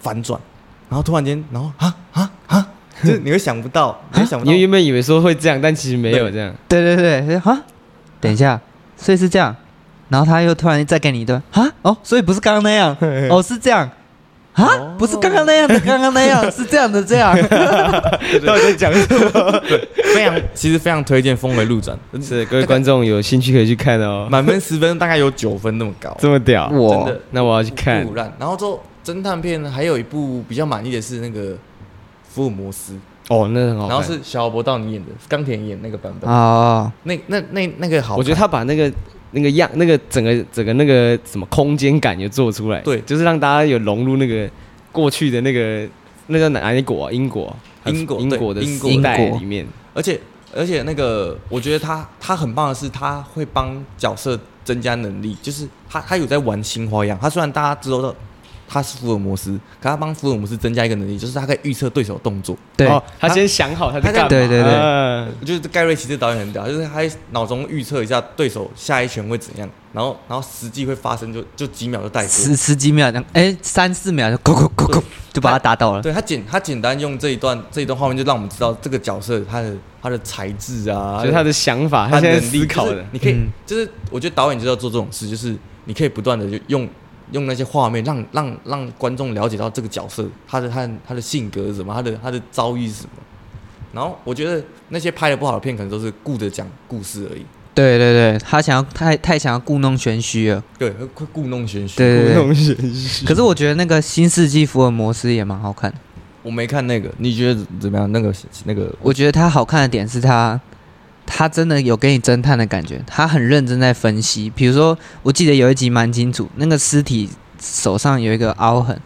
Speaker 3: 反转，然后突然间，然后啊啊啊，就是你会想不到，你会想 不
Speaker 1: 你
Speaker 3: 到，
Speaker 1: 原本以为说会这样，但其实没有这样。
Speaker 2: 对对对，哈，等一下，所以是这样，然后他又突然再给你一段哈，哦，所以不是刚刚那 样，哦是这样，
Speaker 3: 哦
Speaker 2: 哈，不是刚刚那样的，刚刚那样是这样的这 样，
Speaker 1: 到底在讲什么？
Speaker 3: 非常其实非常推荐《峰回路转
Speaker 1: 是各位观众有兴趣可以去看》，哦，
Speaker 3: 满分十分大概有九分那么高，
Speaker 1: 这么屌，
Speaker 2: 我
Speaker 3: 真的
Speaker 1: 那我要去看
Speaker 3: 不腐。烂。然后之后侦探片还有一部比较满意的是那个。福尔摩斯，
Speaker 1: 哦，那很好看。啊
Speaker 3: 然后是小博道你演的，钢铁人演那个版本。
Speaker 2: 哦，
Speaker 3: 那那那那个好看，
Speaker 1: 我觉得他把那个那个样，那个整个整个那个什么空间感也做出来，
Speaker 3: 对
Speaker 1: 就是让大家有融入那个过去的那个那叫哪哪一国啊？英国啊，
Speaker 3: 英国
Speaker 1: 英
Speaker 3: 对
Speaker 1: 国的
Speaker 3: 英
Speaker 2: 国
Speaker 1: 时代
Speaker 2: 英国
Speaker 1: 里面，
Speaker 3: 而且而且那个我觉得他他很棒的是，他会帮角色增加能力，就是他他有在玩新花样。他虽然大家知道的他是福尔摩斯，可他帮福尔摩斯增加一个能力，就是他可以预测对手动作。
Speaker 2: 对，
Speaker 1: 哦他
Speaker 3: 他
Speaker 1: 先想好他在
Speaker 3: 他在
Speaker 1: 干嘛，
Speaker 2: 对对对
Speaker 1: 嗯
Speaker 3: 我觉得盖瑞奇这导演很屌，就是他在脑中预测一下对手下一拳会怎样，然后然后实际会发生就就几秒就带过。
Speaker 2: 十十几秒这样，哎，三四秒就咕咕咕咕就把他打倒了。
Speaker 3: 对他简他简单用这一段这一段画面就让我们知道这个角色他的他的才智啊，
Speaker 1: 就是他的想法，他
Speaker 3: 他
Speaker 1: 现在
Speaker 3: 能力
Speaker 1: 思考
Speaker 3: 就是
Speaker 1: 的。
Speaker 3: 你可以、
Speaker 2: 嗯
Speaker 3: 就是我觉得导演就是要做这种事，就是你可以不断的就用用那些画面，让让让观众了解到这个角色他的他的他的性格是什么，他的他的遭遇是什么。然后我觉得那些拍的不好的片，可能都是顾着讲故事而已，
Speaker 2: 对对对，他想要太太想要故弄玄虚了。
Speaker 3: 对，会故弄玄虚。
Speaker 2: 对对对，
Speaker 1: 弄玄 虚
Speaker 2: 可是我觉得那个《新世纪福尔摩斯》也蛮好看的。
Speaker 3: 我没看那个，你觉得怎么样？那个那个，
Speaker 2: 我觉得它好看的点是它，它真的有给你侦探的感觉，它很认真在分析。比如说，我记得有一集蛮清楚，那个尸体手上有一个凹痕，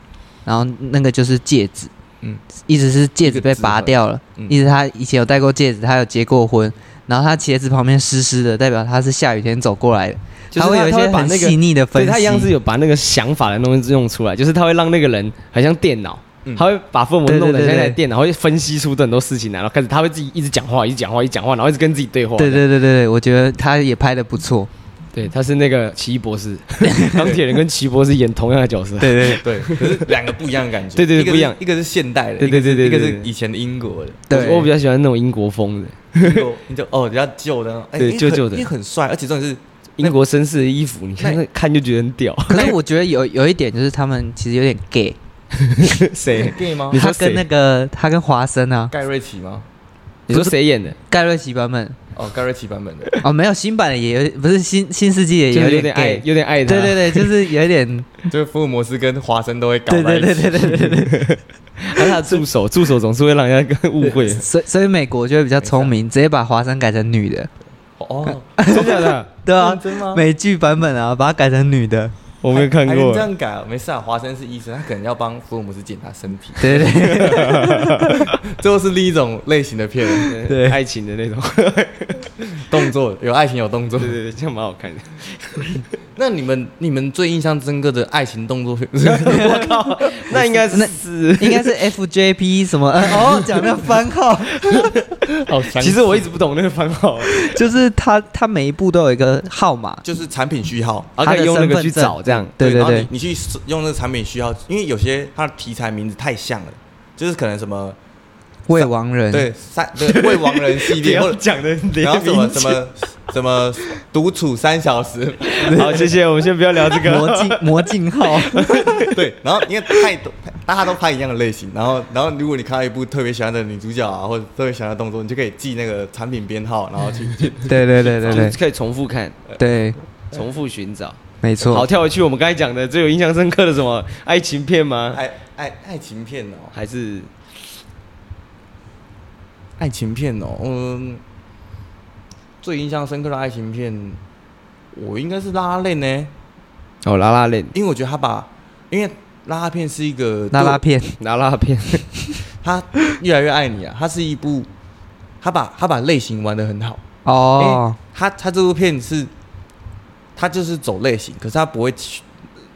Speaker 2: 然后那个就是戒指，嗯
Speaker 3: 嗯，
Speaker 2: 意思是戒指被拔掉了，
Speaker 3: 嗯
Speaker 2: 意思他以前有戴过戒指，他有结过婚，然后他鞋子旁边湿湿的，代表他是下雨天走过来的，
Speaker 1: 就是
Speaker 2: 会有一
Speaker 1: 他
Speaker 2: 些
Speaker 1: 会把
Speaker 2: 很
Speaker 1: 那个
Speaker 2: 细腻的分
Speaker 1: 对
Speaker 2: 析，
Speaker 1: 他一样是有把那个想法的东西用出来，就是他会让那个人很像电脑，他会把父母
Speaker 2: 对对
Speaker 1: 弄得
Speaker 2: 嗯对
Speaker 1: 像一台
Speaker 2: 对
Speaker 1: 电脑，会分析出很多事情来，然后开始他会自己一直讲话，一直讲话，一直讲话，然后一直跟自己对话。
Speaker 2: 对对对对对，我觉得他也拍的不错，
Speaker 1: 对，他是那个奇异博士， 钢铁人跟奇异博士演同样的角色。
Speaker 2: 对对对
Speaker 3: 对，可是两个不一样的感觉。
Speaker 1: 对对对
Speaker 3: 一个是
Speaker 1: 不一样
Speaker 3: 一个是现代的，
Speaker 1: 对对对对
Speaker 3: 一个是
Speaker 1: 对
Speaker 3: 一
Speaker 1: 对
Speaker 3: 个是以前的英国的。
Speaker 2: 对
Speaker 1: 我我比较喜欢那种英国风的
Speaker 3: 英国你就哦，比较旧的那种，哎
Speaker 1: 对
Speaker 3: 因为
Speaker 1: 旧
Speaker 3: 很
Speaker 1: 旧的
Speaker 3: 因为很帅，而且重点是
Speaker 1: 英国绅士的衣服，你看那看就觉得很 屌。
Speaker 2: 可是我觉得有有一点就是他们其实有点 gay，
Speaker 1: 谁？
Speaker 3: gay 吗
Speaker 1: 你？说
Speaker 2: 哦他跟
Speaker 1: 谁
Speaker 2: 那个他跟华生啊，
Speaker 3: 哎盖瑞奇吗？
Speaker 1: 你说谁演的？
Speaker 2: 盖瑞奇 版本
Speaker 3: 哦，盖瑞奇版本的，
Speaker 2: 哦，没有新版的也有，不是新新世纪也
Speaker 1: 就是有
Speaker 2: 点
Speaker 1: 点爱
Speaker 2: gay，，
Speaker 1: 有点爱他。
Speaker 2: 对对对，就是有 一点，
Speaker 3: 就是福尔摩斯跟华生都会搞在
Speaker 2: 对
Speaker 3: 一起。
Speaker 2: 对对对对对对，
Speaker 1: 还有他的助手，助手总是会让人家误会。
Speaker 2: 所以所以美国就会比较聪明，直接把华生改成女的，
Speaker 3: 哦，
Speaker 1: 真的假的？
Speaker 2: 对啊，
Speaker 3: 真吗？
Speaker 2: 美剧版本啊，把它改成女的，
Speaker 1: 我没有看
Speaker 3: 还
Speaker 1: 过
Speaker 3: 能这。样改啊？没事啊，华生是医生，他可能要帮福尔摩斯检查身 体，
Speaker 2: 对对对，
Speaker 3: 最后是另一种类型的片，
Speaker 1: 对爱情的那种，
Speaker 3: 动作有爱情有动作
Speaker 1: 对。对对，这样蛮好看的。
Speaker 3: 那你们你们最印象深刻的爱情动作片？
Speaker 1: 那应该
Speaker 2: 那
Speaker 1: 是，
Speaker 2: 应该是 FJP 什么呃哦，讲那个番 号，
Speaker 3: 好详
Speaker 1: 其
Speaker 3: 细
Speaker 1: 实我一直不懂那个番号，
Speaker 2: 就是他他每一部都有一个号码，
Speaker 3: 就是产品序号，
Speaker 1: 然后可以用那个去
Speaker 2: 身份
Speaker 1: 找
Speaker 2: 证
Speaker 1: 这样。
Speaker 2: 对对
Speaker 3: 然后
Speaker 2: 对
Speaker 3: 你，你去用那个产品序号，因为有些它的题材名字太像了，就是可能什么
Speaker 2: 未亡人，
Speaker 3: 对三对未亡人系
Speaker 1: 不
Speaker 3: 列，或
Speaker 1: 要
Speaker 3: 者
Speaker 1: 讲的
Speaker 3: 然后什么什
Speaker 1: 什么
Speaker 3: 么什么独处三 小时，
Speaker 1: 好，谢谢，我们先不要聊这
Speaker 2: 魔
Speaker 1: 个。
Speaker 2: 镜魔 镜号，
Speaker 3: 对，然后因为太多，大家都拍一样的类型，然后然后如果你看到一部特别喜欢的女主角啊，或者特别喜欢的动作，你就可以记那个产品编号，然后去去
Speaker 2: 对对对对
Speaker 1: 就是
Speaker 2: 对
Speaker 1: 可以重复看，
Speaker 2: 对，
Speaker 1: 重复寻找。
Speaker 2: 没
Speaker 1: 好，
Speaker 2: 错，
Speaker 1: 跳回去我们刚才讲的最有印象深刻的什么爱情片吗？
Speaker 3: 爱爱爱情片哦，
Speaker 1: 还是
Speaker 3: 爱情片哦，嗯，最印象深刻的爱情片，我应该是拉拉链呢，
Speaker 1: 哦拉 拉链
Speaker 3: 因为我觉得他把，因为拉拉片是一个
Speaker 2: 拉拉片，
Speaker 1: 拉拉片，
Speaker 3: 他越来越爱你啊，它是一部，他把他把类型玩的很好。
Speaker 2: 哦，
Speaker 3: 他他这部片是，他就是走类型，可是他不会去，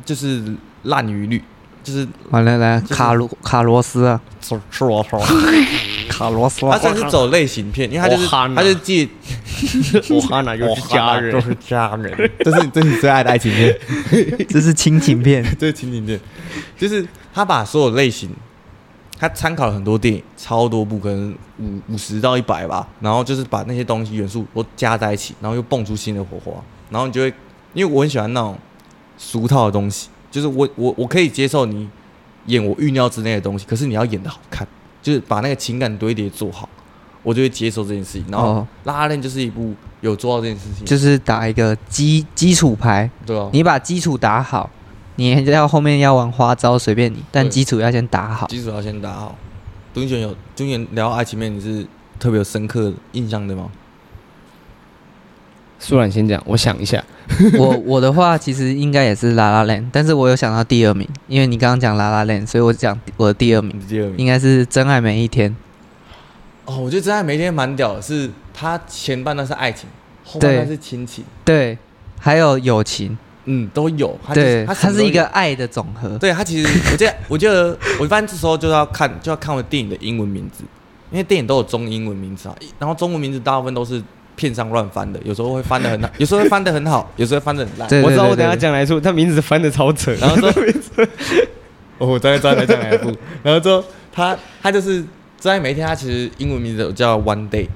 Speaker 3: 就是滥竽率，就是
Speaker 2: 完了来
Speaker 3: 就是
Speaker 2: 卡罗卡罗斯 啊，
Speaker 3: 说说说，
Speaker 2: 卡罗斯
Speaker 3: 他
Speaker 2: 啊，
Speaker 3: 算是走类型片，因为他就是
Speaker 1: 我哈娜
Speaker 3: 他就 借
Speaker 1: 我哈娜又是家人
Speaker 3: 哦就，是家人，这是这是你最爱的爱情片，
Speaker 2: 这是亲情 片，
Speaker 3: 这是情景片，就是他把所有类型，他参考了很多电影，超多部，可能五五十到一百吧，然后就是把那些东西元素都加在一起，然后又蹦出新的火花，然后你就会，因为我很喜欢那种俗套的东西，就是我我我可以接受你演我预料之内的东西，可是你要演的好看，就是把那个情感堆叠做好，我就会接受这件事情。然后
Speaker 2: 哦
Speaker 3: 《拉拉链》就是一部有做到这件事情，
Speaker 2: 就是打一个基基础牌，
Speaker 3: 对啊，
Speaker 2: 你把基础打好，你要后面要玩花招随便你，但
Speaker 3: 对
Speaker 2: 基础要先打 好。
Speaker 3: 基础要先打好。敦选有敦选聊爱情片，你是特别有深刻印象的吗？
Speaker 1: 苏然先讲，我想一下，
Speaker 2: 我我的话其实应该也是拉拉链，但是我有想到第二名，因为你刚刚讲拉拉链，所以我讲我的第二名
Speaker 3: 你的第二名
Speaker 2: 应该是真爱每一天。
Speaker 3: 哦，我觉得《真爱每一天》蛮屌的，是它前半段是爱情，后半段
Speaker 2: 对
Speaker 3: 是亲情，
Speaker 2: 对，还有友情，
Speaker 3: 嗯，都有。它就是
Speaker 2: 对，
Speaker 3: 它
Speaker 2: 它
Speaker 3: 什么都
Speaker 2: 是一
Speaker 3: 有
Speaker 2: 个，爱的总和。
Speaker 3: 对它其实，我记得，我记得，我一般这时候就要看，就要看我电影的英文名字，因为电影都有中英文名字啊，然后中文名字大部分都是片上乱翻的，有时候会翻的很好，有时候会翻的很好，有时候会翻的很烂。
Speaker 2: 对
Speaker 1: 我知道
Speaker 2: 对
Speaker 1: 我等一下
Speaker 2: 对
Speaker 1: 讲来出，他名字翻的超扯，
Speaker 3: 然后说， 哦，我再再来再来一 部，然后之后他他就是真爱每一天，他其实英文名字叫 One Day，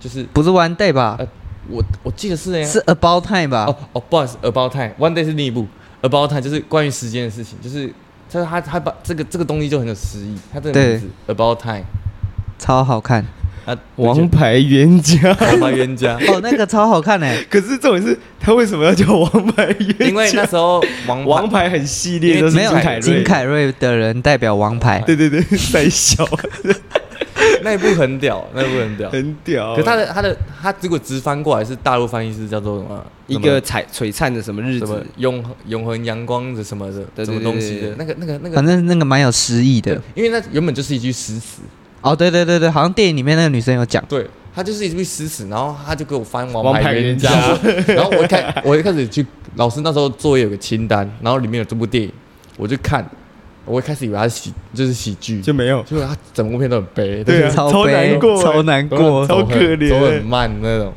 Speaker 3: 就是
Speaker 2: 不是 One Day 吧？
Speaker 3: 呃，我我记得是那样，
Speaker 1: 啊
Speaker 2: 是 About Time 吧？
Speaker 3: 呃哦哦，不好意思，About Time，One Day 是另一部，About Time 就是关于时间的事情，就是他说他他把这个这个东西就很有诗意，他这个
Speaker 2: 对
Speaker 3: 名字 About Time，
Speaker 2: 超好看，
Speaker 3: 啊，
Speaker 1: 王牌冤家。
Speaker 3: 王牌冤家
Speaker 2: ，哦，那个超好看哎、
Speaker 1: 可是重点是他为什么要叫王牌冤家？
Speaker 3: 因为那时候 王
Speaker 1: 王牌很系列
Speaker 3: 因
Speaker 1: 都
Speaker 3: 为
Speaker 1: 是
Speaker 2: 没有
Speaker 1: 凯瑞，
Speaker 2: 金凯瑞的人代表王牌，
Speaker 1: 对对对， 太小，
Speaker 3: 那一部很屌，那一部很屌。
Speaker 1: 很屌。
Speaker 3: 可他的他的他如果直翻过来是大陆翻译是叫做什么？
Speaker 1: 一个璀璀璨的什么日
Speaker 3: 什么
Speaker 1: 子，
Speaker 3: 永恒永恒阳光的什么的
Speaker 1: 对对
Speaker 3: 什么东西
Speaker 1: 对对
Speaker 3: 的那个那个那个
Speaker 2: 反正那个蛮有诗意的。
Speaker 3: 因为那原本就是一句诗词，
Speaker 2: 哦，对对对对，好像电影里面那个女生有讲，
Speaker 3: 对，他就是一句诗词，然后他就给我翻《
Speaker 1: 王
Speaker 3: 王牌
Speaker 1: 牌
Speaker 3: 冤
Speaker 1: 冤
Speaker 3: 家
Speaker 1: 家》
Speaker 3: 然后我一开我一开始去老师那时候作业有个清单，然后里面有这部电影，我就看，我一开始以为它是喜就是喜剧，
Speaker 1: 就没有。
Speaker 3: 结果它整部片都很悲，
Speaker 1: 对啊
Speaker 3: 就是
Speaker 2: 超悲
Speaker 1: 超难过欸
Speaker 2: 超难
Speaker 3: 都
Speaker 2: 过
Speaker 3: 很，
Speaker 1: 超
Speaker 3: 走很
Speaker 1: 可怜
Speaker 3: 走很慢那种。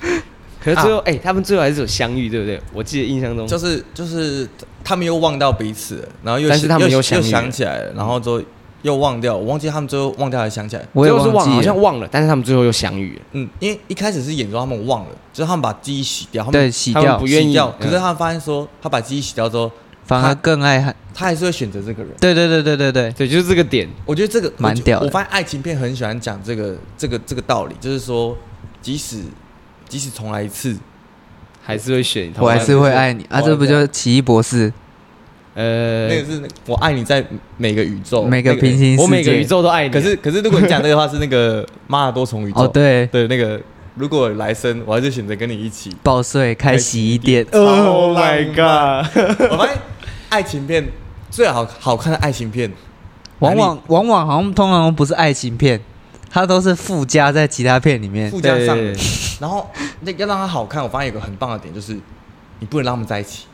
Speaker 1: 可是最后，哎、他们最后还是有相遇，对不对？我记得印象中，
Speaker 3: 就是就是他们又忘掉彼此了，然后又
Speaker 1: 但是他们
Speaker 3: 又
Speaker 1: 又相遇了
Speaker 3: 想起来了，然后之后又忘掉，我忘记他们最后忘掉还是想起来。
Speaker 2: 我也
Speaker 1: 最后是忘了，
Speaker 2: 忘
Speaker 1: 好
Speaker 2: 记
Speaker 1: 像
Speaker 2: 了。
Speaker 1: 忘了，但是他们最后又相遇了。
Speaker 3: 嗯，因为一开始是演说他们忘了，就是他们把记忆洗掉，他们
Speaker 2: 对，洗
Speaker 1: 他们
Speaker 2: 掉
Speaker 1: 不，
Speaker 3: 洗
Speaker 1: 愿意
Speaker 3: 掉，
Speaker 1: 嗯
Speaker 3: 可是他们发现说他把记忆洗掉之后，
Speaker 2: 反而
Speaker 3: 他
Speaker 2: 更爱他。
Speaker 3: 他还是会选择这个人。
Speaker 2: 对对对对对对，
Speaker 1: 对，就是这个点，
Speaker 3: 我觉得这个
Speaker 2: 蛮
Speaker 3: 我觉
Speaker 2: 屌的
Speaker 3: 我发现爱情片很喜欢讲这个这个这个道理，就是说，即使即使重来一次，
Speaker 1: 还是会选他
Speaker 2: 我
Speaker 1: 们。
Speaker 2: 还是会爱你啊！
Speaker 3: 我还是
Speaker 2: 这不就奇异博士？
Speaker 1: 呃，
Speaker 3: 那个是那个我爱你在每个宇宙
Speaker 2: 每个
Speaker 3: 那
Speaker 2: 平行世界，
Speaker 1: 我每个宇宙都爱你。啊
Speaker 3: 可是可是如果你讲这个话是那个妈的多重宇宙
Speaker 2: 哦，对，
Speaker 3: 对那个如果来生，我还是选择跟你一起。
Speaker 2: 报税开洗衣店，
Speaker 1: ，Oh
Speaker 3: 超
Speaker 1: my
Speaker 3: 浪漫
Speaker 1: god！
Speaker 3: 我发现爱情片最好好看的爱 情片，
Speaker 2: 往往往往好像通常都不是爱情片，它都是附加在其他片里面
Speaker 3: 附。加
Speaker 1: 对
Speaker 3: 上
Speaker 1: 对对，
Speaker 3: 然后那要让它好看，我发现有个很棒的点就是，你不能让他们在一起。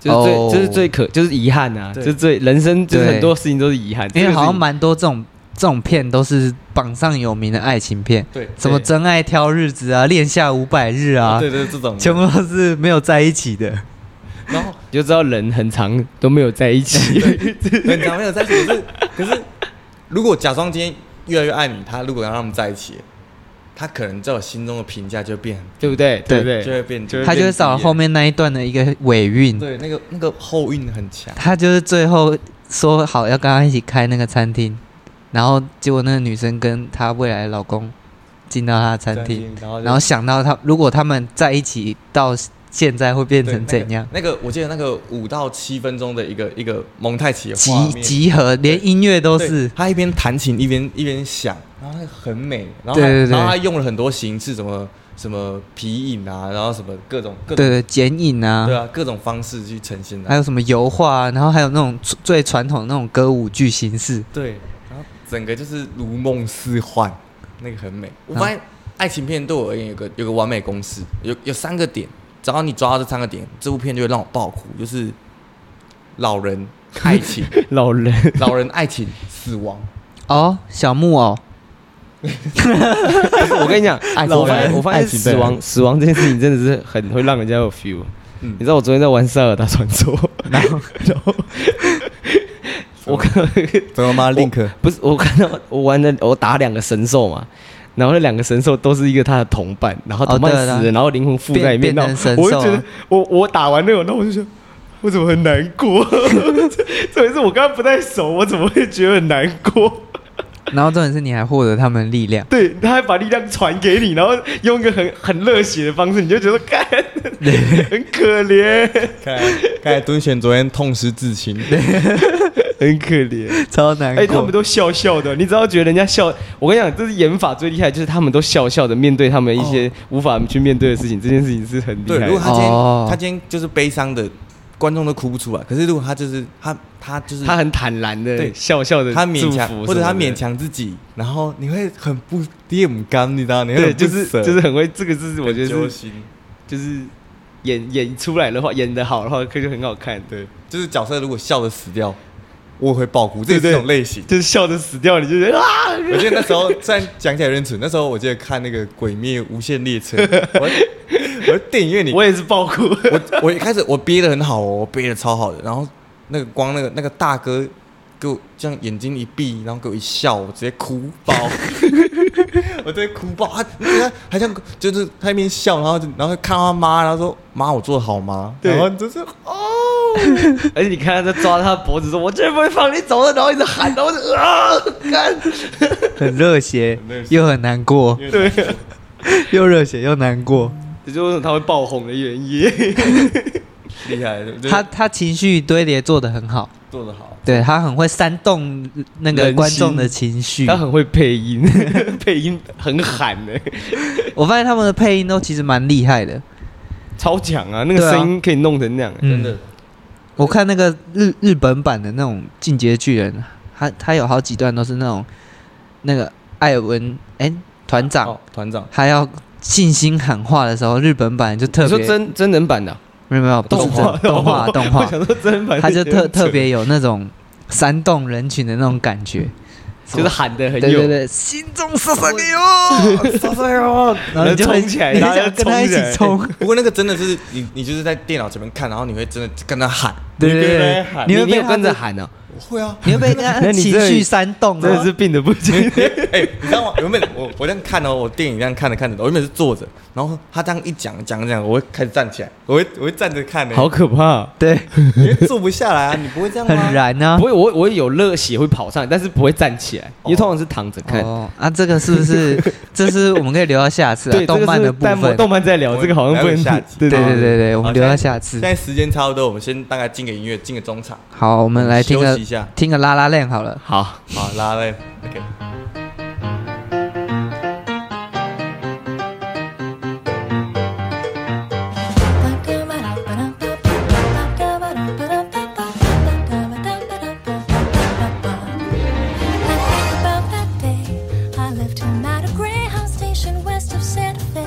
Speaker 1: 就是最
Speaker 2: 哦
Speaker 1: 就是最可就是遗憾啊，就
Speaker 3: 对
Speaker 1: 是最人生就是
Speaker 2: 对
Speaker 1: 很多事情都是遗憾，
Speaker 2: 因为
Speaker 1: 这个
Speaker 2: 好像
Speaker 1: 是
Speaker 2: 蛮多这种这种片都是榜上有名的爱情片，
Speaker 3: 对哦
Speaker 2: 什么真爱挑日子啊，恋下五百日啊，
Speaker 3: 对对，这种 的
Speaker 2: 全部都是没有在一起的。
Speaker 3: 然后
Speaker 1: 你就知道人很长都没有在一起，
Speaker 3: 很常没有在一起，可是可是，如果假装今天越来越爱你，他如果要让他们在一起，他可能在我心中的评价就会变很，
Speaker 1: 对不对？对
Speaker 2: 对
Speaker 1: 不对？
Speaker 3: 就会变低，
Speaker 1: 就会
Speaker 2: 他就会少了后
Speaker 3: 面
Speaker 2: 面那一段的一个尾韵，
Speaker 3: 对那个那个后韵很强，
Speaker 2: 他就是最后说好要跟他一起开那个餐厅，然后结果那个女生跟她未来的老公进到他的餐厅，，
Speaker 3: 然后就
Speaker 2: 然后想到他如果他们在一起到现在会变
Speaker 3: 对
Speaker 2: 成怎样？？
Speaker 3: 那个那个我记得那个五到七分钟的一个一个蒙太奇的
Speaker 2: 集
Speaker 3: 画面
Speaker 2: 集合，连音乐都
Speaker 3: 对
Speaker 2: 是，
Speaker 3: 他一边弹琴一边一边想，然后那个很美，然后
Speaker 2: 对
Speaker 3: 他
Speaker 2: 对对
Speaker 3: 然后他用了很多形式，什么什么皮影啊，然后什么各种各
Speaker 2: 对
Speaker 3: 种
Speaker 2: 对，剪影啊
Speaker 3: 对，啊各种方式去呈现它
Speaker 2: 还有什么油画啊，然后还有那种最最传统的那种歌舞剧形式，
Speaker 3: 对，然后整个就是如梦似幻，那个很美。我发现爱情片对我而言有个有个完美公式，有有三个点，只要你抓到这三个点，这部片就会让我爆哭，就是老人、爱情、
Speaker 1: 老人
Speaker 3: 老人、爱情、死亡。
Speaker 2: 哦，小木偶，
Speaker 1: 可是 我跟你讲，
Speaker 3: 爱情
Speaker 1: 我发现我发
Speaker 3: 爱
Speaker 1: 现
Speaker 3: 情
Speaker 1: 死亡死亡这件事情真的是很会让人家有 feel。
Speaker 3: 嗯
Speaker 1: 你知道我昨天在玩塞尔达传说，然后 然后我看
Speaker 3: 怎么吗
Speaker 1: Link？不是我看到我玩的我打两个神兽嘛。然后那两个神兽都是一个他的同伴，然后
Speaker 2: 哦
Speaker 1: 同伴
Speaker 2: 对了
Speaker 1: 死了，然后灵魂附在里面，
Speaker 2: 变变
Speaker 1: 那
Speaker 2: 成神
Speaker 1: 我就
Speaker 2: 兽
Speaker 1: 觉得
Speaker 2: 啊
Speaker 1: 我我打完那种，那我就觉得我怎么很难过？ 这也是我刚刚不太熟，我怎么会觉得很难过？
Speaker 2: 然后重点是你还获得他们的力量，
Speaker 1: 对，他还把力量传给你，然后用一个很很热血的方式，你就觉得看很可怜，
Speaker 3: 看来看来敦贤昨天痛失至亲，
Speaker 1: 很可怜。
Speaker 2: 超难
Speaker 1: 哎、
Speaker 2: 过。
Speaker 1: 他们都笑笑的，你只要觉得人家笑，我跟你讲，这是演法最厉害，就是他们都笑笑的面对他们一些无法去面对的事情，这件事情是很厉
Speaker 3: 哦对，
Speaker 1: 害
Speaker 3: 如果
Speaker 1: 的。
Speaker 3: 他今天、
Speaker 2: 哦
Speaker 3: 他今天就是悲伤的，观众都哭不出来。可是如果他就是他他就是
Speaker 1: 他很坦然的
Speaker 3: 对
Speaker 1: 笑笑的，
Speaker 3: 他勉强，或者他勉
Speaker 1: 强。
Speaker 3: 强自己，然后你会很不，你也不甘，你知道？你会
Speaker 1: 对，
Speaker 3: 很不
Speaker 1: 就是
Speaker 3: 舍
Speaker 1: 就是很会，这个是我觉
Speaker 3: 很揪
Speaker 1: 得是
Speaker 3: 心，
Speaker 1: 就是演演出来的话，演的好的话，可就很好看。
Speaker 3: 对，就是角色如果笑的死掉，我也会爆哭，
Speaker 1: 对
Speaker 3: 这也是
Speaker 1: 对
Speaker 3: 一种类型。
Speaker 1: 就是笑的死掉，你就觉得啊，
Speaker 3: 我记得那时候，虽然讲起来有点蠢，那时候我记得看那个《鬼灭无限列车》，我我在电影院里，
Speaker 1: 我也是爆 哭。
Speaker 3: 我我一开始我憋得很好哦，我憋得超好的，然后那个光那个那个大哥给我这样眼睛一闭，然后给我一笑，我直接哭爆， 我直接哭爆，他他还像就是他一边笑，然后就然后看到他妈，然后说妈我做的好吗？
Speaker 1: 对
Speaker 3: 然后就是哦，
Speaker 1: 而且你看他在抓他的脖子说：“我绝对不会放你走的。”然后一直喊，然后我就啊，干，
Speaker 2: 很热血
Speaker 3: 很热血
Speaker 2: 又很难过，
Speaker 1: 对，
Speaker 2: 又热血又难过。
Speaker 1: 这就是为什么他会爆红的原 因。
Speaker 3: 厉害，对不嗯对
Speaker 2: 他他情绪堆叠做得很好，
Speaker 3: 做得好，
Speaker 2: 对他很会煽动那个
Speaker 1: 人心
Speaker 2: 观众的情绪
Speaker 1: 他。很会配音， 配音很喊的、
Speaker 2: 我发现他们的配音都其实蛮厉害的，
Speaker 1: 超强啊！那个
Speaker 2: 对啊
Speaker 1: 声音可以弄成那样、欸。
Speaker 2: 嗯
Speaker 3: 真的。
Speaker 2: 我看那个日日本版的那种《进阶巨人》，他他有好几段都是那种那个艾文哎团长
Speaker 3: 哦，团长，
Speaker 2: 他要信心喊话的时候，日本版就特
Speaker 1: 你说
Speaker 2: 别
Speaker 1: 真真人版的啊、
Speaker 2: 没有没有不是真动画 动
Speaker 1: 我
Speaker 2: 画，
Speaker 1: 想说真人版，
Speaker 2: 他就特特，别有那种煽动人群的那种感觉，
Speaker 1: 就是喊的很有，
Speaker 2: 对对对，心中杀杀个哟，杀 杀哟，然后你就会
Speaker 1: 冲起来
Speaker 2: 你就
Speaker 1: 大家
Speaker 2: 想跟他一起
Speaker 1: 冲
Speaker 2: 冲，
Speaker 3: 不过那个真的是你，你就是在电脑前面看，然后你会真的跟他喊，
Speaker 2: 对对
Speaker 3: 你跟
Speaker 2: 对
Speaker 3: 他喊，
Speaker 1: 你
Speaker 2: 会
Speaker 1: 你
Speaker 2: 被
Speaker 1: 有
Speaker 2: 他
Speaker 1: 跟着
Speaker 2: 的，
Speaker 1: 喊呢、哦
Speaker 3: 我会啊，
Speaker 2: 你会被他
Speaker 1: 那
Speaker 2: 的
Speaker 1: 你
Speaker 2: 情
Speaker 1: 这
Speaker 2: 绪煽动
Speaker 1: 啊？真的
Speaker 2: 啊，
Speaker 1: 是病得不 轻。
Speaker 3: 哎、你知道吗？原本我我这样看哦，我电影这样看着看着，我原本是坐着，然后他这样一讲讲着讲着，我会开始站起来，我会我会站着看呢、
Speaker 1: 好可怕啊、
Speaker 2: 对，
Speaker 3: 因为坐不下来啊，你不会这样吗？
Speaker 2: 很燃啊
Speaker 1: 不。会，我我有热血会跑上来，但是不会站起来，因为通常是躺着看。
Speaker 2: 哦，啊，这个是不 是？这是我们可以留到下次啊
Speaker 1: 对，，
Speaker 2: 动漫的部
Speaker 1: 这个是弹幕
Speaker 2: 分。
Speaker 1: 动漫在聊，这个好像不
Speaker 3: 我们
Speaker 1: 能
Speaker 3: 聊一下集
Speaker 1: 对
Speaker 2: 对对对
Speaker 1: 对，
Speaker 2: 对，我
Speaker 3: 好
Speaker 2: 们留到
Speaker 3: 现在
Speaker 2: 下次
Speaker 3: 现。在时间差不多，我们先大概进个音乐，进个中场，
Speaker 2: 好，我们来听
Speaker 3: 休
Speaker 2: 个
Speaker 3: 息一下。
Speaker 2: 听个拉拉链好了。
Speaker 1: 好，
Speaker 3: 好，拉嘞，OK。
Speaker 6: I left him at a Greyhound station west of Santa Fe.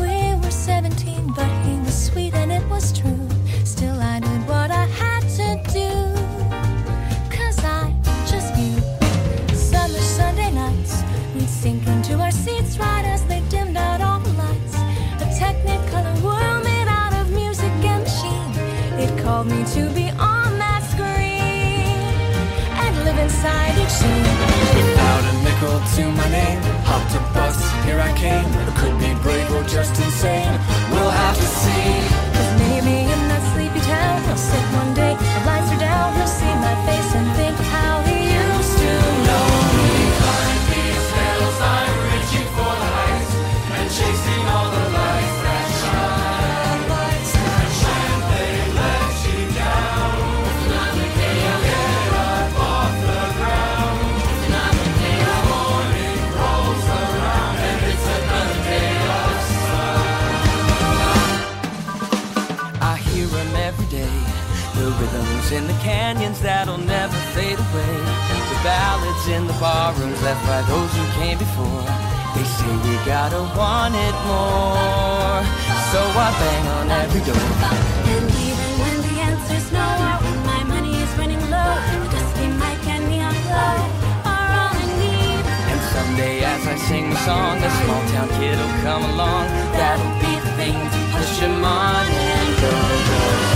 Speaker 6: We were 17, but he was sweet and it was true. Still, I knew what I had to do. Cause I just knew. Summer Sunday nights, we'd sink into our seats right as they dimmed out all the lights. A technicolor world made out of music and machine. It called me to be on that screen and live inside each scene.
Speaker 7: Without a nickel to my name, hopped a bus, here I came. I could be brave or just insane. We'll have to see.
Speaker 6: Cause maybe in that sleepy town, I'll sit one day, the lights are down, he'll see my face and think how he used to know me.
Speaker 7: I hear them every day. The rhythms in the canyons that'll never fade away. The ballads in the barrooms left by those who came before. They say we gotta want it more. So I bang on every door.
Speaker 6: And even when the answer's no, or when my money is running low, a dusty mic and neon glow are all I need.
Speaker 7: And someday as I sing the song, a small town kid'll come along. That'll be the thing to push him on and go, go, go.